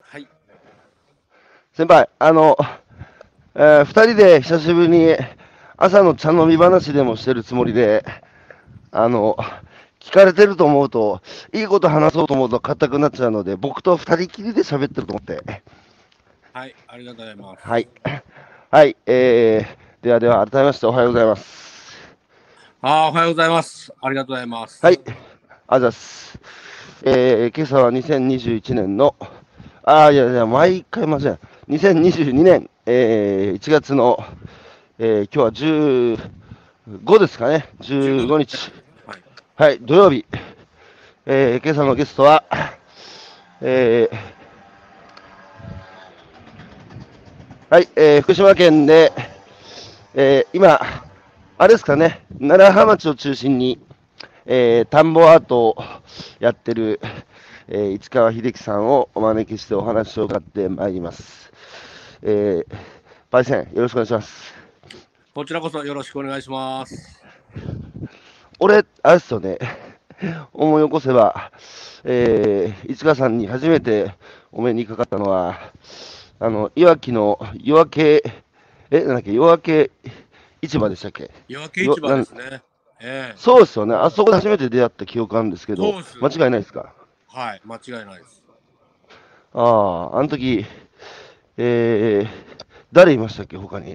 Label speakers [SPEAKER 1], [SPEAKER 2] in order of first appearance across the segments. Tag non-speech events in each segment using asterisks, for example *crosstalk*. [SPEAKER 1] はい。
[SPEAKER 2] 先輩、あの、えー、二人で久しぶりに朝の茶飲み話でもしてるつもりで、あの、聞かれてると思うと、いいこと話そうと思うと硬くなっちゃうので、僕と二人きりで喋ってると思って。
[SPEAKER 1] はい。ありがとうございます。
[SPEAKER 2] はい。はい、えー、ではでは改めましておはようございます。
[SPEAKER 1] あーおはようございます。ありがとうございます。
[SPEAKER 2] はい。、あざっす。えー、今朝は2021年の、あーいやいや、毎回間違えない。2022年、えー、1月の、えー、今日は15ですかね。15日。
[SPEAKER 1] はい。
[SPEAKER 2] はい、土曜日。えー、今朝のゲストは、えー、はい、えー、福島県で、えー、今、あれですかね、楢葉町を中心に、えー、田んぼアートをやってる、えー、市川秀樹さんをお招きしてお話を伺ってまいります。えー、パイセン、よろしくお願いします。
[SPEAKER 1] こちらこそよろしくお願いします。
[SPEAKER 2] 俺、あれっすよね、思い起こせば、えー、市川さんに初めてお目にかかったのは、あの、いわきの夜明け、え、なんだっけ、夜明け市場でしたっけ
[SPEAKER 1] 夜明け市場ですね。ええ
[SPEAKER 2] そうですよね、あそこで初めて出会った記憶あるんですけど
[SPEAKER 1] そうっす、
[SPEAKER 2] 間違いないですか
[SPEAKER 1] はい。間違いないです。
[SPEAKER 2] ああ、あの時、えー、誰いましたっけ、他に。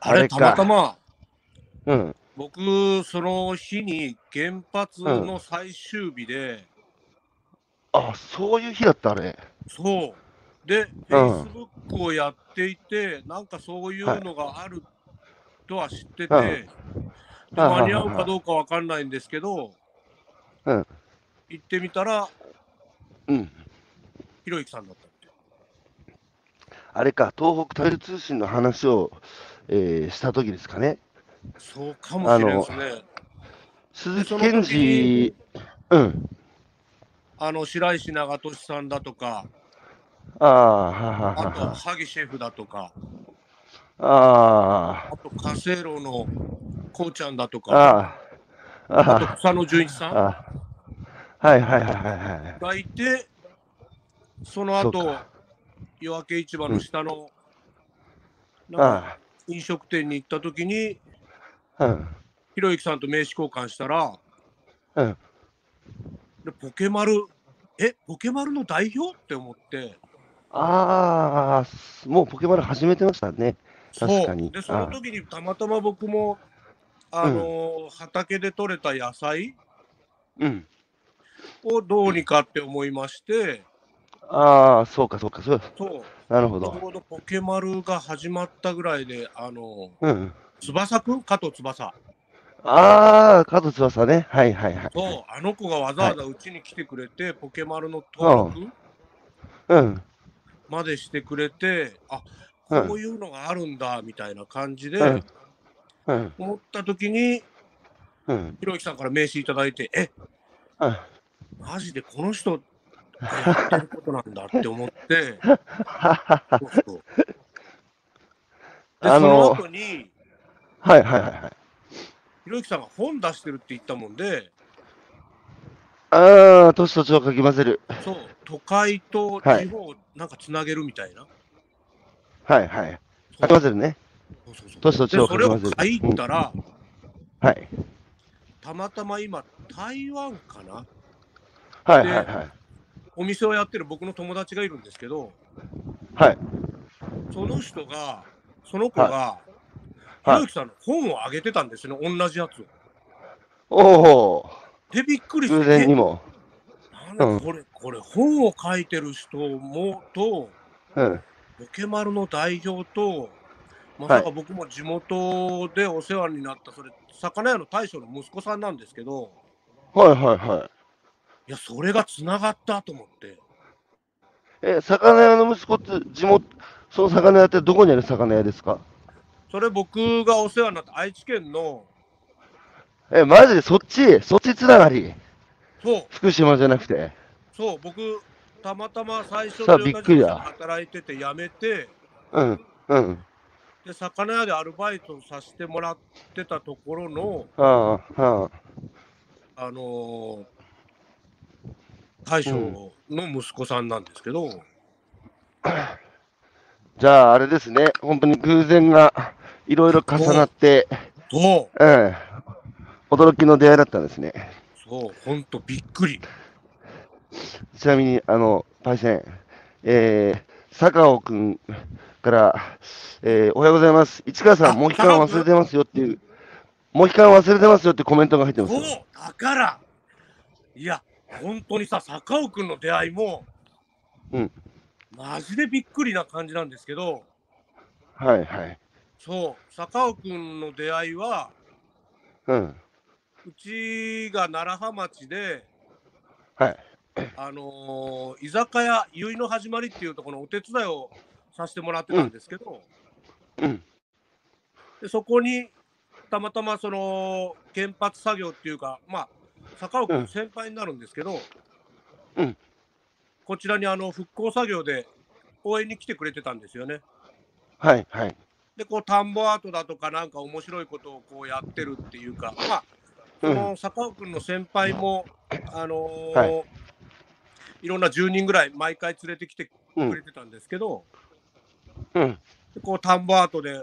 [SPEAKER 1] あれ、
[SPEAKER 2] あれか
[SPEAKER 1] たまたま、
[SPEAKER 2] うん、
[SPEAKER 1] 僕、その日に原発の最終日で、
[SPEAKER 2] あ、そういう日だった、あれ。
[SPEAKER 1] そう。で、
[SPEAKER 2] うん
[SPEAKER 1] Facebook をやっていて、なんかそういうのがあるとは知ってて、で
[SPEAKER 2] うんはい
[SPEAKER 1] 間に合うかどうかわかんないんですけど、
[SPEAKER 2] うん
[SPEAKER 1] 行ってみたら、
[SPEAKER 2] うん、
[SPEAKER 1] ひろゆきさんだったって。
[SPEAKER 2] あれか、東北タイル通信の話を、えー、した時ですかね。
[SPEAKER 1] そうかもしれんですね。
[SPEAKER 2] 鈴木健二、うん、
[SPEAKER 1] あの白石長俊さんだとか、
[SPEAKER 2] ああ、はは
[SPEAKER 1] あと
[SPEAKER 2] は
[SPEAKER 1] 萩シェフだとか、
[SPEAKER 2] は、あ
[SPEAKER 1] あと火星炉のこうちゃんだと
[SPEAKER 2] あ、
[SPEAKER 1] か、
[SPEAKER 2] ああ、あ
[SPEAKER 1] あと草野純一
[SPEAKER 2] あ、
[SPEAKER 1] さ
[SPEAKER 2] ああ、はいはいはいはいはい
[SPEAKER 1] ん。がいて、その
[SPEAKER 2] そう
[SPEAKER 1] 後
[SPEAKER 2] か
[SPEAKER 1] 夜明け市場の下のなんか
[SPEAKER 2] あ
[SPEAKER 1] 飲食店に行った時に、
[SPEAKER 2] あ、うん、
[SPEAKER 1] ひろゆきさんと名刺交換したら、
[SPEAKER 2] うん、
[SPEAKER 1] でポケマル、え、ポケマルの代表って思って、
[SPEAKER 2] ああ、もうポケマル始めてましたね。確かに
[SPEAKER 1] そうでその時にたまたま僕もあのー畑で採れた野菜
[SPEAKER 2] うん。
[SPEAKER 1] をどうにかって思いまして、
[SPEAKER 2] ああ、そうかそうか、そう
[SPEAKER 1] そう
[SPEAKER 2] なるほ
[SPEAKER 1] ち
[SPEAKER 2] ど。
[SPEAKER 1] ょうどポケマルが始まったぐらいで、あの
[SPEAKER 2] うん。
[SPEAKER 1] ー翼くん加藤翼
[SPEAKER 2] ああ、加藤翼ね。はいはいはい。
[SPEAKER 1] そうあの子がわざわざうちに来てくれて、ポケマルの登録
[SPEAKER 2] うん。
[SPEAKER 1] までしてくれて、あ
[SPEAKER 2] うん
[SPEAKER 1] こういうのがあるんだみたいな感じで、
[SPEAKER 2] うんうん。
[SPEAKER 1] 思った時に
[SPEAKER 2] うん。
[SPEAKER 1] ひろゆきさんから名刺いただいてえ
[SPEAKER 2] うん
[SPEAKER 1] マジでこの人やってることなんだって思って。そうそうで
[SPEAKER 2] あの
[SPEAKER 1] その後に、
[SPEAKER 2] はいはいはいはい。
[SPEAKER 1] ひろゆきさんが本出してるって言ったもんで、
[SPEAKER 2] ああ、年と地をかき混ぜる。
[SPEAKER 1] そう、都会と
[SPEAKER 2] はい
[SPEAKER 1] 地方をなんかつなげるみたいな。
[SPEAKER 2] はいはい。
[SPEAKER 1] そ
[SPEAKER 2] か
[SPEAKER 1] う
[SPEAKER 2] き混ぜるね。
[SPEAKER 1] そうそうそう
[SPEAKER 2] 年と地
[SPEAKER 1] で
[SPEAKER 2] をか
[SPEAKER 1] そ
[SPEAKER 2] き
[SPEAKER 1] れを
[SPEAKER 2] 混ぜる。
[SPEAKER 1] 書いたら、
[SPEAKER 2] うんはい。
[SPEAKER 1] たまたま今、台湾かな
[SPEAKER 2] はいはいはい。
[SPEAKER 1] お店をやってる僕の友達がいるんですけど、
[SPEAKER 2] はい。
[SPEAKER 1] その人が、その子が、ひ
[SPEAKER 2] はい
[SPEAKER 1] ろゆきさんの本をあげてたんですね、同じやつを。
[SPEAKER 2] おお、
[SPEAKER 1] で、びっくりして
[SPEAKER 2] 偶、然にも。
[SPEAKER 1] えなんだこれ、これ、本を書いてる人もと、
[SPEAKER 2] うん。
[SPEAKER 1] ポケマルの代表と、まさか僕も地元でお世話になった、それ、魚屋の大将の息子さんなんですけど、
[SPEAKER 2] はいはいはい。
[SPEAKER 1] いや、それがつながったと思って、
[SPEAKER 2] え、魚屋の息子って、地元、その魚屋ってどこにある魚屋ですか
[SPEAKER 1] それ僕がお世話になった愛知県の、
[SPEAKER 2] え、マジでそっち、そっちつながり。
[SPEAKER 1] そう、
[SPEAKER 2] 福島じゃなくて。
[SPEAKER 1] そう、僕、たまたま最初
[SPEAKER 2] さあ
[SPEAKER 1] トヨタ
[SPEAKER 2] びっくりだ
[SPEAKER 1] 自動車で働いてて辞めて、
[SPEAKER 2] うん、うん。
[SPEAKER 1] で、魚屋でアルバイトさせてもらってたところの、
[SPEAKER 2] ああ、ああ。
[SPEAKER 1] あのー大将の息子さんなんですけど、
[SPEAKER 2] じゃあ、あれですね、本当に偶然がいろいろ重なって、
[SPEAKER 1] そう
[SPEAKER 2] うん、驚きの出会いだったんですね。
[SPEAKER 1] そう、ほんとびっくり。
[SPEAKER 2] ちなみに、あの、パイセン、えー、坂尾くんから、えーおはようございます。市川さ
[SPEAKER 1] あ
[SPEAKER 2] ん、モヒカン忘れてますよっていう、モヒカン忘れてますよってコメントが入って
[SPEAKER 1] そ
[SPEAKER 2] ま
[SPEAKER 1] う
[SPEAKER 2] すよ。、
[SPEAKER 1] だから、いや、本当にさ、坂尾くんの出会いも、
[SPEAKER 2] うん
[SPEAKER 1] マジでびっくりな感じなんですけど、
[SPEAKER 2] はいはい。
[SPEAKER 1] そう、坂尾くんの出会いは、
[SPEAKER 2] うん。
[SPEAKER 1] うちが楢葉町で、
[SPEAKER 2] はい。
[SPEAKER 1] あのー居酒屋、結の始まりっていうところのお手伝いをさせてもらってたんですけど、
[SPEAKER 2] うん
[SPEAKER 1] でそこにたまたまその原発作業っていうか、まあ、坂尾君
[SPEAKER 2] うん
[SPEAKER 1] 先輩になるんですけど、
[SPEAKER 2] うん
[SPEAKER 1] こちらにあの復興作業で応援に来てくれてたんですよね。
[SPEAKER 2] はいはい。
[SPEAKER 1] でこう田んぼアートだとかなんか面白いことをこうやってるっていうか、まあ、
[SPEAKER 2] う
[SPEAKER 1] そ
[SPEAKER 2] ん
[SPEAKER 1] の坂尾君の先輩も、あのー、
[SPEAKER 2] はい
[SPEAKER 1] ろんな10人ぐらい毎回連れてきて
[SPEAKER 2] う
[SPEAKER 1] くれ
[SPEAKER 2] ん。
[SPEAKER 1] てたんですけど、
[SPEAKER 2] うん。
[SPEAKER 1] でこう田んぼアートで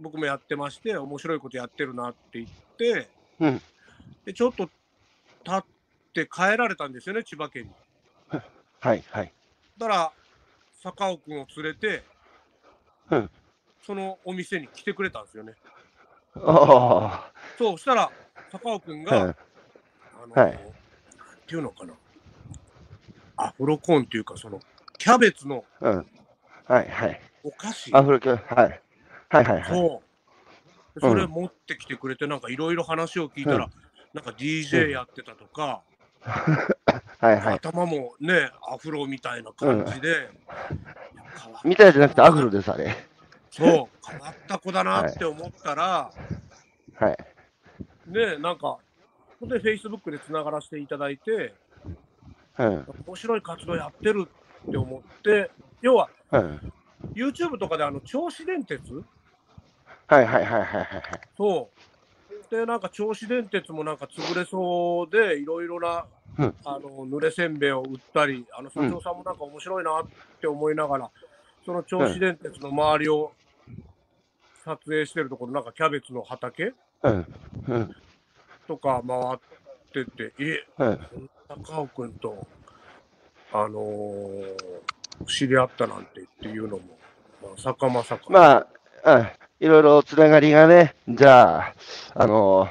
[SPEAKER 1] 僕もやってまして面白いことやってるなって言って、
[SPEAKER 2] うん
[SPEAKER 1] でちょっと立って帰られたんですよね千葉県に。
[SPEAKER 2] はいはい。
[SPEAKER 1] だから坂尾君を連れて、
[SPEAKER 2] うん
[SPEAKER 1] そのお店に来てくれたんですよね。
[SPEAKER 2] あ
[SPEAKER 1] そうそしたら坂尾君
[SPEAKER 2] あ。
[SPEAKER 1] が、
[SPEAKER 2] うん
[SPEAKER 1] あの
[SPEAKER 2] はい
[SPEAKER 1] なんていうのかなアフロコーンっていうかそのキャベツの
[SPEAKER 2] うん。はいはい。
[SPEAKER 1] お菓子
[SPEAKER 2] アフロキャ、はい。はいはいはい。
[SPEAKER 1] そう。それ
[SPEAKER 2] うん
[SPEAKER 1] 持ってきてくれて、なんかいろいろ話を聞いたら、
[SPEAKER 2] う
[SPEAKER 1] なんか DJ やってたとか、
[SPEAKER 2] はいはい。
[SPEAKER 1] 頭もね、アフロみたいな感じで、変わっ
[SPEAKER 2] みたいじゃなくてアフロです、あれ。
[SPEAKER 1] そう、変わった子だなって思ったら、
[SPEAKER 2] はい。
[SPEAKER 1] ね、なんか、ほんで Facebook でつながらせていただいて、
[SPEAKER 2] うん。
[SPEAKER 1] 面白い活動やってるって思って、要は
[SPEAKER 2] うん。
[SPEAKER 1] YouTube とかであの、銚子電鉄
[SPEAKER 2] はいはいはいはいはい。
[SPEAKER 1] そう。で、なんか銚子電鉄もなんか潰れそうで、いろいろな、
[SPEAKER 2] うん
[SPEAKER 1] あの濡れせんべいを売ったり、あの社長さんもなんか面白いなって思いながら、その銚子電鉄の周りを撮影してるところ、なんかキャベツの畑
[SPEAKER 2] うん。うん。
[SPEAKER 1] とか回ってて、え、
[SPEAKER 2] うん。
[SPEAKER 1] 高尾君と、あのー知り合ったなんてっていうのも、まさかまさか。
[SPEAKER 2] まあ、うん、いろいろつながりがね、じゃあ、あの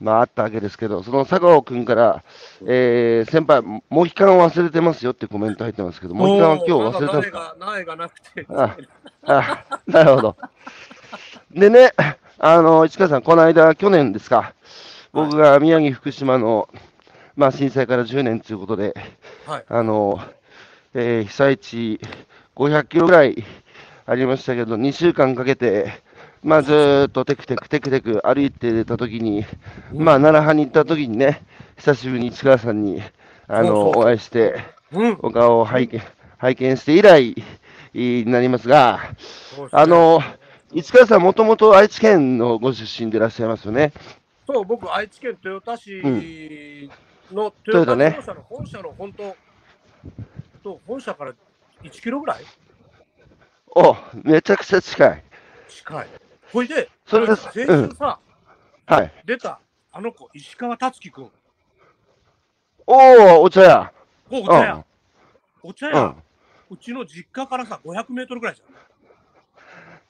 [SPEAKER 2] まあ、あったわけですけど、その佐川君から、えー先輩、モヒカンを忘れてますよってコメント入ってますけど、モヒカンは今日忘れたんですか
[SPEAKER 1] か苗が苗がなくて。
[SPEAKER 2] ああ、なるほど。でね、あの、市川さん、この間、去年ですか、僕が宮城、福島の、まあ、震災から10年ということで、
[SPEAKER 1] はい
[SPEAKER 2] あの、えー被災地500キロぐらいありましたけど、2週間かけて、まあ、ずーっとテクテクテクテク歩いてた時に、まあ、奈良派に行った時にね、久しぶりに市川さんに、あの、
[SPEAKER 1] そうそう
[SPEAKER 2] お会いして、
[SPEAKER 1] うん。
[SPEAKER 2] お顔を拝見拝見して以来になりますが、
[SPEAKER 1] そうですね
[SPEAKER 2] あの、市川さん、もともと愛知県のご出身でいらっしゃいますよね。
[SPEAKER 1] そう、僕、愛知県豊田市
[SPEAKER 2] う
[SPEAKER 1] の
[SPEAKER 2] トヨタ
[SPEAKER 1] 自
[SPEAKER 2] ね
[SPEAKER 1] 動車の本社の本当、そう本社から1キロぐらい
[SPEAKER 2] お、めちゃくちゃ近い。
[SPEAKER 1] 近い。ほいで、
[SPEAKER 2] それです
[SPEAKER 1] 先週さ、
[SPEAKER 2] はい。
[SPEAKER 1] 出たあの子、石川達樹君。
[SPEAKER 2] おお、お茶屋。
[SPEAKER 1] お
[SPEAKER 2] う
[SPEAKER 1] お
[SPEAKER 2] ん
[SPEAKER 1] 茶屋、お茶
[SPEAKER 2] う
[SPEAKER 1] 屋、うちの実家からさ、500メートルぐらいじ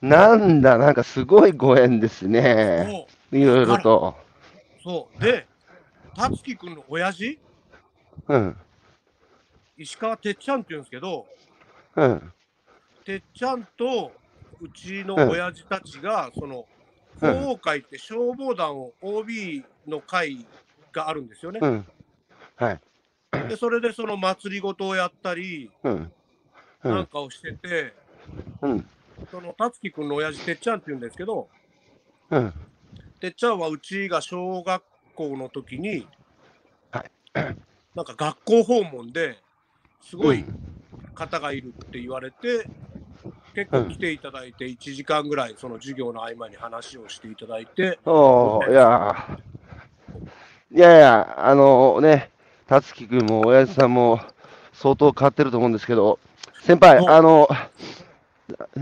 [SPEAKER 2] ん。なんだ、なんかすごいご縁です
[SPEAKER 1] ゃん。
[SPEAKER 2] ね。
[SPEAKER 1] そう、
[SPEAKER 2] いろいろと。
[SPEAKER 1] そう。で、達樹君の親父、
[SPEAKER 2] うん。
[SPEAKER 1] 石川てっちゃんって言うんですけど、
[SPEAKER 2] うん。
[SPEAKER 1] てっちゃんとうちの親父たちが、その
[SPEAKER 2] うん
[SPEAKER 1] 法王会って消防団を OB の会があるんですよね
[SPEAKER 2] う。ん。はい。
[SPEAKER 1] でそれでその祭りごとをやったり
[SPEAKER 2] うん。う
[SPEAKER 1] なん
[SPEAKER 2] ん。
[SPEAKER 1] かをしてて、
[SPEAKER 2] うん。
[SPEAKER 1] その達樹君の親父てっちゃんって言うんですけど
[SPEAKER 2] うん。
[SPEAKER 1] てっちゃんはうちが小学校の時に、
[SPEAKER 2] はい
[SPEAKER 1] *clears throat* なんか学校訪問ですごい
[SPEAKER 2] うん
[SPEAKER 1] 方がいるって言われて、結構来ていただいて1時間ぐらいその授業の合間に話をしていただいて。
[SPEAKER 2] おーいやーいやいや、あのね、達樹君も親父さんも相当変わってると思うんですけど、先輩、あの、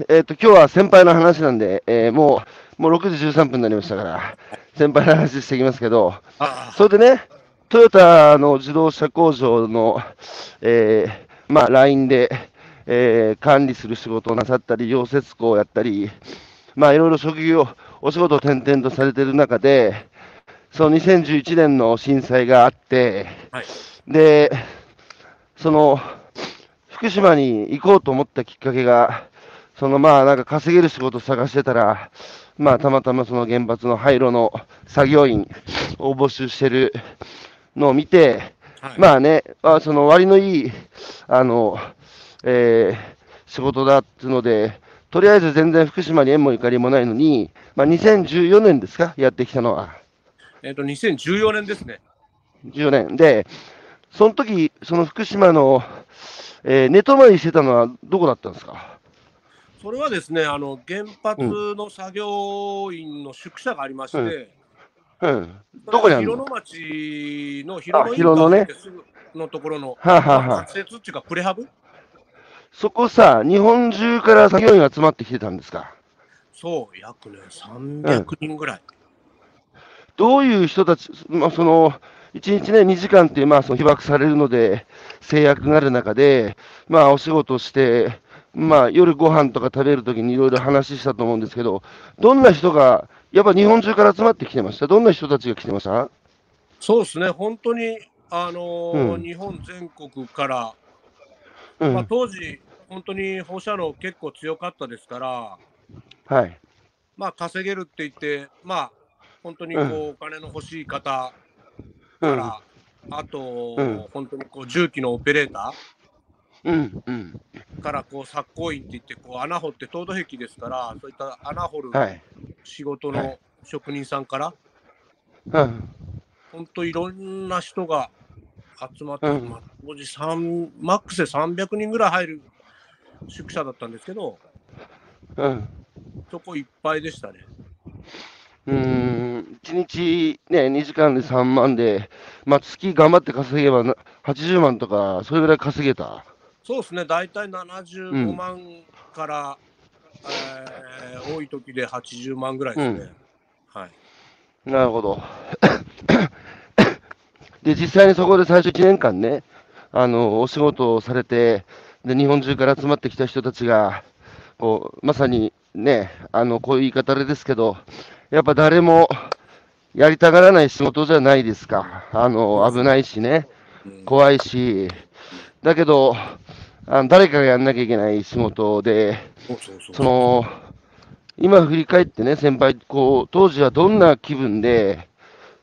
[SPEAKER 2] えっ、と、今日は先輩の話なんで、えーもう、もう6時13分になりましたから、先輩の話していきますけど、
[SPEAKER 1] あ
[SPEAKER 2] それでね、トヨタの自動車工場の、えーまあ、ラインで、えー管理する仕事をなさったり、溶接工をやったり、まあ、いろいろ職業、お仕事を転々とされてる中で、その2011年の震災があって、
[SPEAKER 1] あ、はい。
[SPEAKER 2] で、その、福島に行こうと思ったきっかけが、そのまあなんか稼げる仕事探してたら、まあたまたまその原発の廃炉の作業員を募集してるのを見て、
[SPEAKER 1] はい、
[SPEAKER 2] まあね、あその割のいい、あの、えー仕事だっていうので、とりあえず全然福島に縁もゆかりもないのに、まあ2014年ですか、やってきたのは。
[SPEAKER 1] えっ、と、2014年ですね。
[SPEAKER 2] 10年で、その時その福島の、えー寝泊まりしてたのはどこだったんですか
[SPEAKER 1] それはですね、あの原発の作業員の宿舎がありまして、
[SPEAKER 2] うんうん。どこにあるの
[SPEAKER 1] 広野町の
[SPEAKER 2] あ広
[SPEAKER 1] 広
[SPEAKER 2] 野
[SPEAKER 1] 野
[SPEAKER 2] ね
[SPEAKER 1] インターすぐのところの、
[SPEAKER 2] はあ、はあは
[SPEAKER 1] まあ
[SPEAKER 2] あ、
[SPEAKER 1] 仮設っていうか、プレハブ
[SPEAKER 2] そこさ、日本中から作業員が集まってきてたんですか
[SPEAKER 1] そう、約ね、300人ぐらい。
[SPEAKER 2] どういう人たち、まあ、その、1日ね、2時間っていう、まあ、その被爆されるので、制約がある中で、まあ、お仕事して、まあ、夜ご飯とか食べるときにいろいろ話したと思うんですけど、どんな人が、やっぱ日本中から集まってきてましたどんな人たちが来てました
[SPEAKER 1] そうですね、本当に、あのー
[SPEAKER 2] うん
[SPEAKER 1] 日本全国から、
[SPEAKER 2] う
[SPEAKER 1] まあ、
[SPEAKER 2] ん。
[SPEAKER 1] 当時、本当に放射能結構強かったですから、
[SPEAKER 2] はい。
[SPEAKER 1] まあ、稼げるって言って、まあ、本当にこう、
[SPEAKER 2] うん
[SPEAKER 1] お金の欲しい方
[SPEAKER 2] う
[SPEAKER 1] か
[SPEAKER 2] ん。
[SPEAKER 1] ら、あと、
[SPEAKER 2] うん
[SPEAKER 1] 本当にこう重機のオペレータ
[SPEAKER 2] うん、うん。
[SPEAKER 1] ーからこう作工員って言ってこう穴掘って凍土壁ですからそういった穴掘る
[SPEAKER 2] はい。
[SPEAKER 1] 仕事
[SPEAKER 2] は
[SPEAKER 1] の職人さんから、
[SPEAKER 2] うん。
[SPEAKER 1] 本当いろんな人が集まって、
[SPEAKER 2] うん
[SPEAKER 1] まあ当時3マックスで300人ぐらい入る宿舎だったんですけど、
[SPEAKER 2] うん。
[SPEAKER 1] そこいっぱいでしたね。
[SPEAKER 2] うーん。1日ね、2時間で3万で、まあ、月頑張って稼げばな80万とか、それぐらい稼げた。
[SPEAKER 1] そうですね、大体75万から、えー多い時で80万ぐらいですね。はい、
[SPEAKER 2] なるほど。で、実際にそこで最初1年間ね、あの、お仕事をされて、で、日本中から集まってきた人たちが、こう、まさにね、あの、こういう言い方あれですけど、やっぱ誰もやりたがらない仕事じゃないですか。あの、危ないしね。
[SPEAKER 1] うん
[SPEAKER 2] 怖いし、だけど、あの誰かがやんなきゃいけない仕事で、
[SPEAKER 1] そうそうそう
[SPEAKER 2] その今振り返ってね、先輩こう、当時はどんな気分で、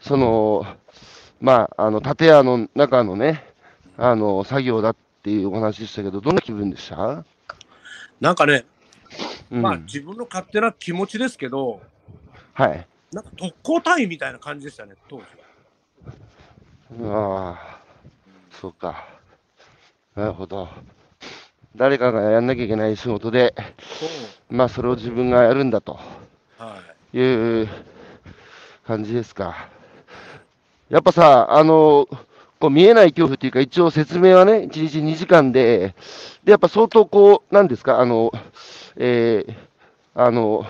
[SPEAKER 2] そのまあ、あの建屋の中のね、あの作業だっていうお話でしたけど、どんな気分でした、
[SPEAKER 1] なんかね、
[SPEAKER 2] うん
[SPEAKER 1] まあ自分の勝手な気持ちですけど、
[SPEAKER 2] はい、
[SPEAKER 1] なんか特攻隊員みたいな感じでしたね、当時は。
[SPEAKER 2] ああ、そうか、なるほど、誰かがやんなきゃいけない仕事で、
[SPEAKER 1] そう
[SPEAKER 2] まあ、それを自分がやるんだと。
[SPEAKER 1] はい
[SPEAKER 2] いう感じですか。やっぱさ、あの、こう見えない恐怖っていうか、一応説明はね、1日2時間で、で、やっぱ相当こう、なんですか、あの、えーあの、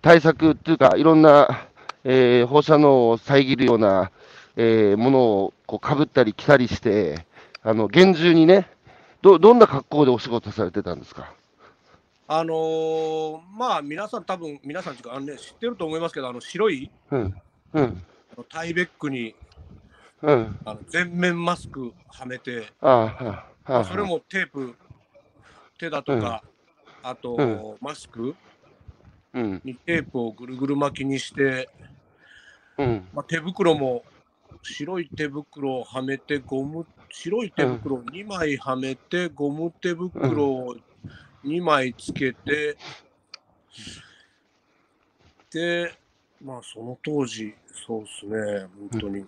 [SPEAKER 2] 対策っていうか、いろんな、えー放射能を遮るような、えーものをこう被ったり着たりして、あの、厳重にね、ど、どんな格好でお仕事されてたんですか
[SPEAKER 1] あのーまあ皆さん多分皆さんっていうかあの、ね、知ってると思いますけどあの白い
[SPEAKER 2] うん、うん、
[SPEAKER 1] あのタイベックに
[SPEAKER 2] うん、
[SPEAKER 1] あの全面マスクはめて
[SPEAKER 2] ああ、ああ、ああ
[SPEAKER 1] それもテープ手だとか、あと、
[SPEAKER 2] うん
[SPEAKER 1] マスク
[SPEAKER 2] うん、
[SPEAKER 1] にテープをぐるぐる巻きにして、
[SPEAKER 2] うん。
[SPEAKER 1] まあ、手袋も白い手袋をはめてゴム白い手袋を2枚はめてゴム手袋を2枚つけて、でまあその当時そうですね本当に、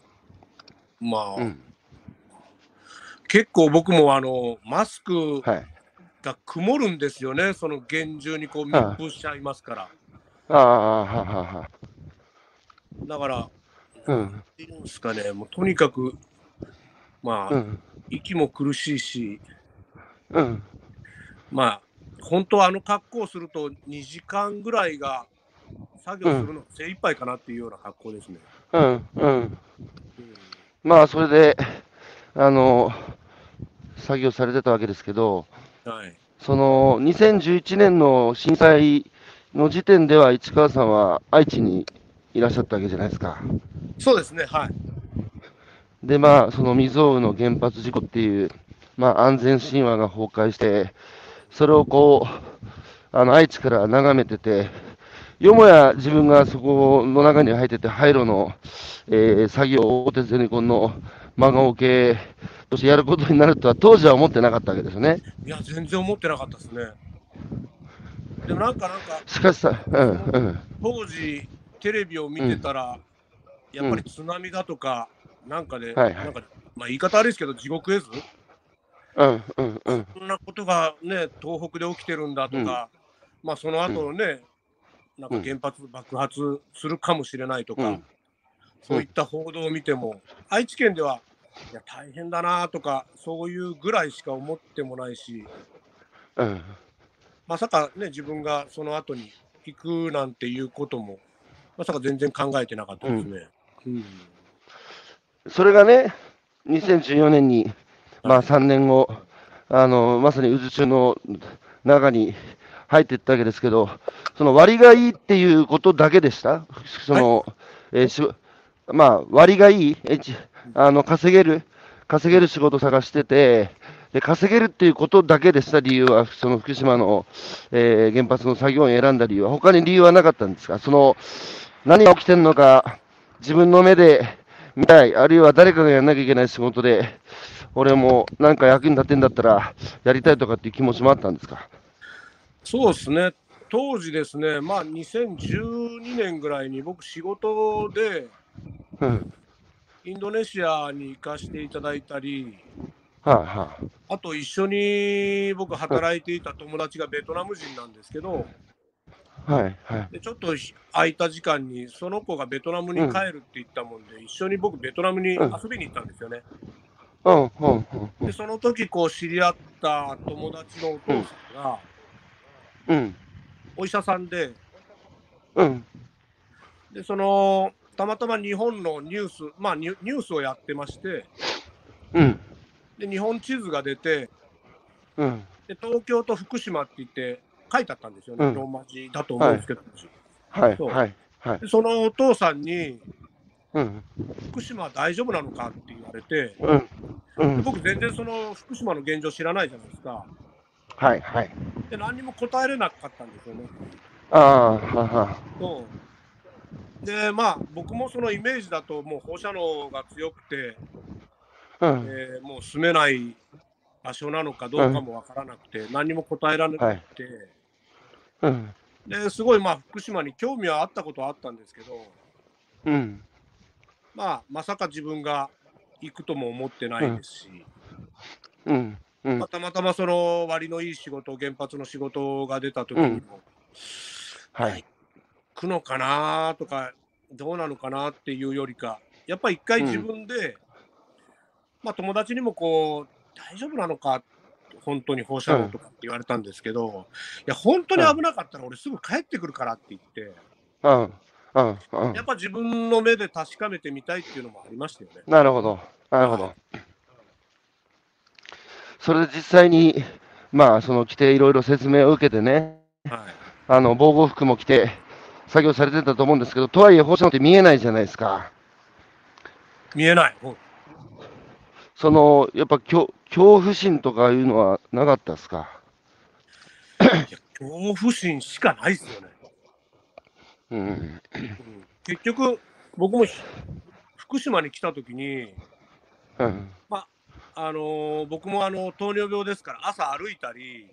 [SPEAKER 1] まあ、
[SPEAKER 2] うん
[SPEAKER 1] 結構僕もあのマスク
[SPEAKER 2] はい。
[SPEAKER 1] が曇るんですよねその厳重にこう密封しちゃいますから、
[SPEAKER 2] ああ、ははは。
[SPEAKER 1] だから
[SPEAKER 2] うん。
[SPEAKER 1] いるんですかね、もうとにかくまあ、
[SPEAKER 2] うん、
[SPEAKER 1] 息も苦しいし、
[SPEAKER 2] うん、
[SPEAKER 1] まあ、本当はあの格好をすると2時間ぐらいが作業するのが精一杯かなっていうような格好ですね。
[SPEAKER 2] うん、うん。
[SPEAKER 1] うん
[SPEAKER 2] まあ、それで、あの、作業されてたわけですけど、
[SPEAKER 1] はい、
[SPEAKER 2] その、2011年の震災の時点では、市川さんは愛知にいらっしゃったわけじゃないですか。
[SPEAKER 1] そうですね、はい。
[SPEAKER 2] で、まあ、その未曾有の原発事故っていう、まあ、安全神話が崩壊して、それをこう、あの愛知から眺めてて、よもや自分がそこの中に入ってて、廃炉の、えー作業を大手ゼネコンの真顔系としてやることになるとは、当時は思ってなかったわけですよね。
[SPEAKER 1] いや、全然思ってなかったですね。でもなんか、なんか、
[SPEAKER 2] しかしさ、うん、うん、
[SPEAKER 1] 当時、テレビを見てたら、やっぱり津波だとか、なんかで、
[SPEAKER 2] はいはい
[SPEAKER 1] なんか、まあ、言い方悪いですけど、地獄絵図
[SPEAKER 2] うん、うん、うん、
[SPEAKER 1] そんなことがね、東北で起きてるんだとか、まあその後のね、なんか原発爆発するかもしれないとか、
[SPEAKER 2] うん
[SPEAKER 1] そういった報道を見ても、愛知県では、いや、大変だなとか、そういうぐらいしか思ってもないし、
[SPEAKER 2] うん、
[SPEAKER 1] まさかね、自分がその後に行くなんていうことも、まさか全然考えてなかったですね。うん
[SPEAKER 2] それがね、2014年に、まあ、3年後、あのまさに渦中の中に入っていったわけですけど、その割がいいっていうことだけでした、そのえーしまあ、割がいい、えーちあの稼げる、稼げる仕事探してて、で稼げるっていうことだけでした理由は、その福島の、えー原発の作業員を選んだ理由は、他に理由はなかったんですか、その何が起きてるのか、自分の目で見たい、あるいは誰かがやらなきゃいけない仕事で、俺もなんか役に立てんだったらやりたいとかっていう気持ちもあったんですか。
[SPEAKER 1] そうですね、当時ですね、まあ2012年ぐらいに僕、仕事で、
[SPEAKER 2] うん。
[SPEAKER 1] インドネシアに行かせていただいたり、
[SPEAKER 2] はいは
[SPEAKER 1] あと一緒に僕働いていた友達がベトナム人なんですけど、
[SPEAKER 2] い。はいはい。
[SPEAKER 1] でちょっと空いた時間にその子がベトナムに帰るって言ったもんで、一緒に僕ベトナムに遊びに行ったんですよね。
[SPEAKER 2] うんうんうんう
[SPEAKER 1] で
[SPEAKER 2] ん
[SPEAKER 1] その時こう知り合った友達のお父さんが
[SPEAKER 2] うん
[SPEAKER 1] お医者さんで、
[SPEAKER 2] うん
[SPEAKER 1] でそのたまたま日本のニュース、まあニュニュースをやってまして、
[SPEAKER 2] うん
[SPEAKER 1] で日本地図が出て、
[SPEAKER 2] うん
[SPEAKER 1] で東京と福島って言って書いてあったんですよね、
[SPEAKER 2] うん
[SPEAKER 1] ローマ字だと思うんですけど、
[SPEAKER 2] はい
[SPEAKER 1] そう
[SPEAKER 2] はいはい
[SPEAKER 1] でそのお父さんに、
[SPEAKER 2] うん
[SPEAKER 1] 福島は大丈夫なのかって言われて、
[SPEAKER 2] うんう
[SPEAKER 1] で
[SPEAKER 2] ん
[SPEAKER 1] 僕、全然その福島の現状知らないじゃないですか、
[SPEAKER 2] はいはい
[SPEAKER 1] で何にも答えれなかったんですよね。
[SPEAKER 2] ああはは
[SPEAKER 1] そうでまあ、僕もそのイメージだと、もう放射能が強くて、
[SPEAKER 2] うん
[SPEAKER 1] えーもう住めない場所なのかどうかもわからなくて、何にも答えられなく
[SPEAKER 2] はい
[SPEAKER 1] て、
[SPEAKER 2] うん
[SPEAKER 1] ですごいまあ福島に興味はあったことはあったんですけど、
[SPEAKER 2] うん
[SPEAKER 1] まあ、まさか自分が行くとも思ってないですし、
[SPEAKER 2] うんうん
[SPEAKER 1] まあたまたまその割のいい仕事、原発の仕事が出た時にも、
[SPEAKER 2] はい
[SPEAKER 1] 行くのかなとか、どうなのかなっていうよりか、やっぱり一回自分で、まあ友達にもこう、大丈夫なのか、本当に放射能とかって言われたんですけど、いや、本当に危なかったら俺すぐ帰ってくるからって言って、
[SPEAKER 2] うんうんうん
[SPEAKER 1] やっぱ自分の目で確かめてみたいっていうのもありましたよね。
[SPEAKER 2] なるほど、なるほど。それで実際にまあその来ていろいろ説明を受けてね。
[SPEAKER 1] はい
[SPEAKER 2] あの防護服も着て作業されてたと思うんですけど、とはいえ放射能って見えないじゃないですか。
[SPEAKER 1] 見えない。うん
[SPEAKER 2] そのやっぱ恐恐怖心とかいうのはなかったですか。
[SPEAKER 1] いや恐怖心しかないですよね。
[SPEAKER 2] うん。
[SPEAKER 1] うん結局、僕もひ福島に来たときに、
[SPEAKER 2] うん。
[SPEAKER 1] あのー僕もあの糖尿病ですから、朝歩いたり、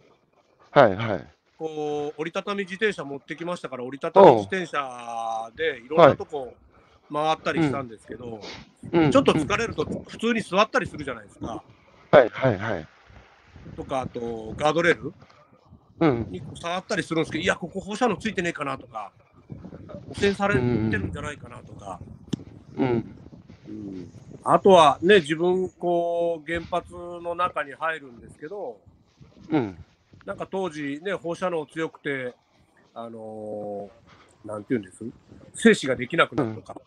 [SPEAKER 2] はいはい。
[SPEAKER 1] こう折りたたみ自転車持ってきましたから、折りたたみ自転車でいろんなとこ回ったりしたんですけど、
[SPEAKER 2] うん、
[SPEAKER 1] ちょっと
[SPEAKER 2] うん
[SPEAKER 1] 疲れると、普通に座ったりするじゃないですか。
[SPEAKER 2] はいはいはい。
[SPEAKER 1] とか、あとガードレール
[SPEAKER 2] うん。
[SPEAKER 1] に触ったりするんですけど、いや、ここ放射能ついてねえかなとか、汚染されてるんじゃないかなとか。
[SPEAKER 2] うん。
[SPEAKER 1] うんあとはね、自分、こう、原発の中に入るんですけど、
[SPEAKER 2] うん。
[SPEAKER 1] なんか当時、ね、放射能強くて、あのーなんていうんです精子ができなくなるとか、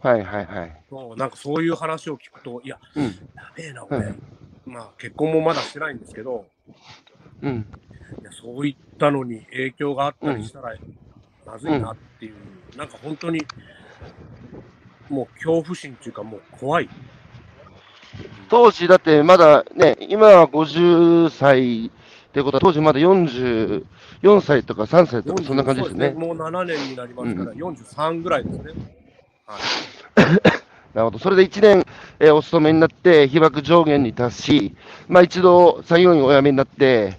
[SPEAKER 2] はいはいはい。
[SPEAKER 1] そうなんかそういう話を聞くと、いや、
[SPEAKER 2] うん。
[SPEAKER 1] やべえな、
[SPEAKER 2] う
[SPEAKER 1] 俺、まあ結婚もまだしてないんですけど、
[SPEAKER 2] うん。
[SPEAKER 1] いやそういったのに影響があったりしたら、まずいなっていう、なんか本当に、もう恐怖心っていうか、もう怖い。
[SPEAKER 2] 当時だってまだね、今は50歳ってことは、当時まだ44歳とか3歳とか、そんな感じです
[SPEAKER 1] そう
[SPEAKER 2] ね。
[SPEAKER 1] もう7年になりますから、
[SPEAKER 2] う
[SPEAKER 1] 43ぐらいですね。はい
[SPEAKER 2] なるほど。それで1年、えーお勤めになって、被爆上限に達し、まあ一度作業員をお辞めになって、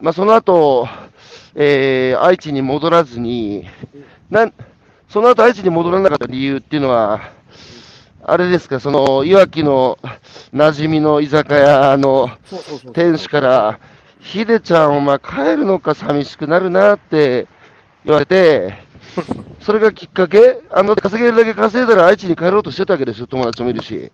[SPEAKER 2] まあその後、えー愛知に戻らずに、なん、その後愛知に戻らなかった理由っていうのは、あれですか、その、いわきの馴染みの居酒屋の
[SPEAKER 1] そうそうそう
[SPEAKER 2] 店主から、ヒデちゃん、お前帰るのか寂しくなるなって言われ *laughs* て、それがきっかけあの、稼げるだけ稼いだら愛知に帰ろうとしてたわけですよ、友達もいるし。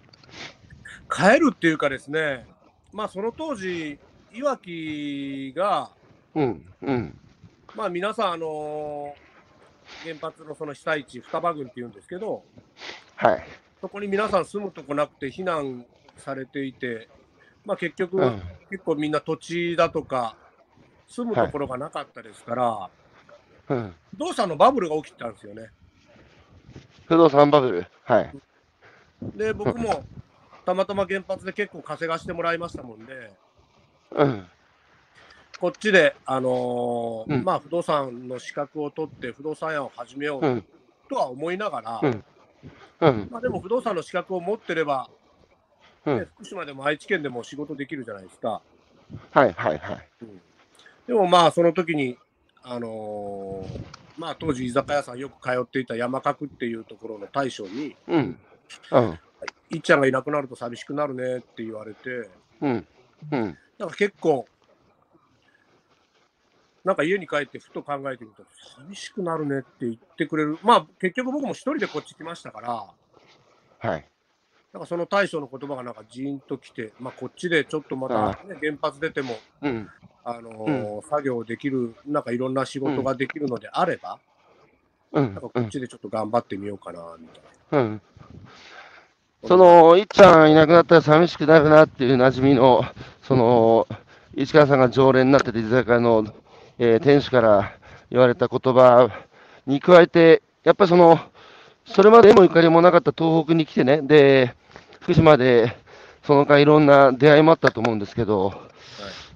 [SPEAKER 1] 帰るっていうかですね、まあその当時、いわきが、
[SPEAKER 2] うん、うん、
[SPEAKER 1] まあ皆さん、あのー原発のその被災地、双葉郡っていうんですけど、
[SPEAKER 2] はい。
[SPEAKER 1] そこに皆さん住むとこなくて避難されていて、まあ結局、
[SPEAKER 2] うん、
[SPEAKER 1] 結構みんな土地だとか、住むところがなかったですから、
[SPEAKER 2] うん。
[SPEAKER 1] 不動産のバブルが起きてたんですよね。
[SPEAKER 2] 不動産バブル。はい。
[SPEAKER 1] で、僕もたまたま原発で結構稼がしてもらいましたもんで、
[SPEAKER 2] うん、
[SPEAKER 1] こっちで、あのー
[SPEAKER 2] うん
[SPEAKER 1] まあ、不動産の資格を取って、不動産屋を始めよ
[SPEAKER 2] う、
[SPEAKER 1] うんとは思いながら、
[SPEAKER 2] うんうん、
[SPEAKER 1] まあ、でも不動産の資格を持ってれば、
[SPEAKER 2] うん
[SPEAKER 1] ね福島でも愛知県でも仕事できるじゃないですか。
[SPEAKER 2] はい、はい、はい。
[SPEAKER 1] でもまあ、その時に、あのーまあ、当時、居酒屋さんよく通っていた山角っていうところの大将に、
[SPEAKER 2] うん、うん、
[SPEAKER 1] いっちゃんがいなくなると寂しくなるねって言われて、
[SPEAKER 2] うん、うん、
[SPEAKER 1] なんか結構、なんか家に帰ってふと考えてみたら、寂しくなるねって言ってくれる、まあ結局僕も一人でこっち来ましたから、
[SPEAKER 2] はい。
[SPEAKER 1] なんかその大将の言葉がなんかジーンときて、まあこっちでちょっとま
[SPEAKER 2] あ
[SPEAKER 1] た、ね、原発出ても、
[SPEAKER 2] うん、
[SPEAKER 1] あのー作業できる、なんかいろんな仕事ができるのであれば、
[SPEAKER 2] うん
[SPEAKER 1] なんか、こ
[SPEAKER 2] う
[SPEAKER 1] っ
[SPEAKER 2] ん、
[SPEAKER 1] ちでちょっと頑張ってみようかな、みたいな。
[SPEAKER 2] うん。その、いっちゃんいなくなったら寂しくなるなっていう馴染みの、その、市川さんが常連になってて、居酒屋の、えー店主から言われた言葉に加えて、やっぱりその、それまで縁もゆかりもなかった東北に来てね、で、福島で、その間いろんな出会いもあったと思うんですけど、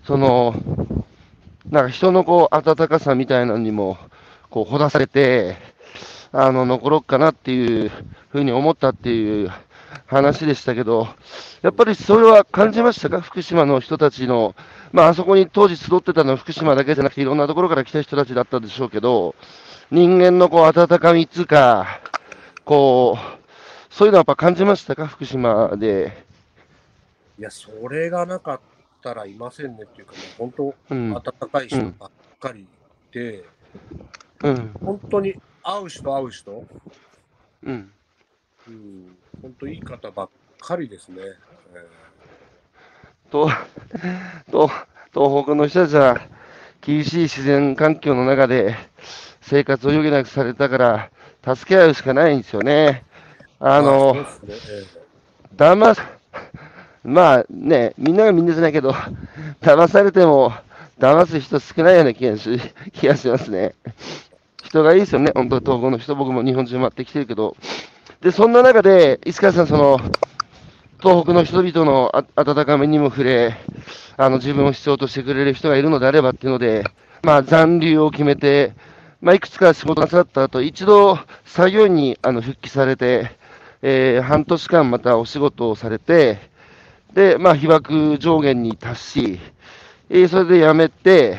[SPEAKER 2] その、なんか人のこう、温かさみたいなのにも、こう、ほだされて、あの、残ろうかなっていうふうに思ったっていう話でしたけど、やっぱりそれは感じましたか福島の人たちの、まあ、あそこに当時集ってたのは福島だけじゃなくて、いろんなところから来た人たちだったでしょうけど、人間のこう、温かみっつうか、こう、そういうのはやっぱ感じましたか福島で。
[SPEAKER 1] いや、それがなかったらいませんねっていうか、もう本
[SPEAKER 2] うん。
[SPEAKER 1] 当、温かい人ばっかりで、
[SPEAKER 2] うん。
[SPEAKER 1] 本当に会う人会う人、
[SPEAKER 2] うん。
[SPEAKER 1] うん、本当いい方ばっかりですね。
[SPEAKER 2] と、と、東北の人たちは厳しい自然環境の中で生活を余儀なくされたから助け合うしかないんですよね。あの、
[SPEAKER 1] そうですね
[SPEAKER 2] 騙さ、まあね、みんながみんなじゃないけど、騙されても騙す人少ないような気がし気がしますね。人がいいですよね、本当、東北の人、僕も日本中回ってきてるけど。で、そんな中で、石川さん、その、東北の人々のあ温かみにも触れ、あの自分を必要としてくれる人がいるのであればっていうので、まあ、残留を決めて、まあ、いくつか仕事なさった後一度作業員にあの復帰されて、えー半年間またお仕事をされて、で、まあ、被爆上限に達し、えーそれで辞めて、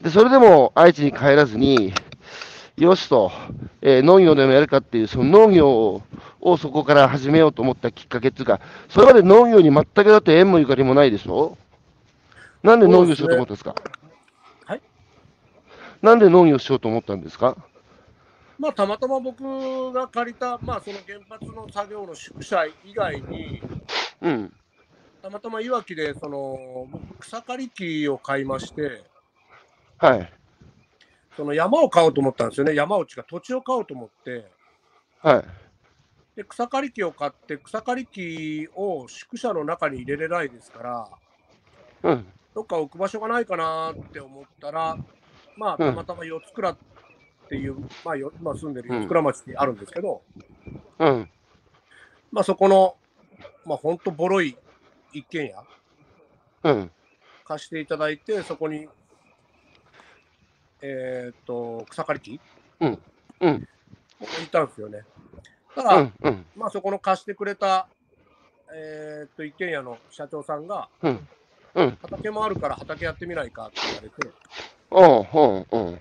[SPEAKER 2] で、それでも愛知に帰らずに、よしと、えー農業でもやるかっていう、その農業ををそこから始めようと思ったきっかけっていうか、それまで農業に全くだって縁もゆかりもないでしょなんで農業しようと思ったんですか
[SPEAKER 1] はい
[SPEAKER 2] なんで農業しようと思ったんですか
[SPEAKER 1] まあ、たまたま僕が借りた、まあ、その原発の作業の宿舎以外に、
[SPEAKER 2] うん。
[SPEAKER 1] たまたまいわきでその僕草刈り機を買いまして、
[SPEAKER 2] はい。
[SPEAKER 1] その山を買おうと思ったんですよね、山落ちが土地を買おうと思って、
[SPEAKER 2] はい。
[SPEAKER 1] で草刈り機を買って、草刈り機を宿舎の中に入れれないですから、
[SPEAKER 2] うん。
[SPEAKER 1] どっか置く場所がないかなって思ったら、まあ、たまたま四つ倉っていう、まあ、よ今住んでる四つ倉町にあるんですけど、
[SPEAKER 2] うん。
[SPEAKER 1] まあ、そこの、まあ、ほんとボロい一軒家、
[SPEAKER 2] うん。
[SPEAKER 1] 貸していただいて、そこに、えーっと、草刈り機
[SPEAKER 2] うんうん
[SPEAKER 1] を置いたんですよね。た
[SPEAKER 2] う
[SPEAKER 1] だ、
[SPEAKER 2] ん。うん。
[SPEAKER 1] まあ、そこの貸してくれた、えーっと、一軒家の社長さんが、
[SPEAKER 2] うん。うん。
[SPEAKER 1] 畑もあるから畑やってみないかって言われて、
[SPEAKER 2] おうおうおう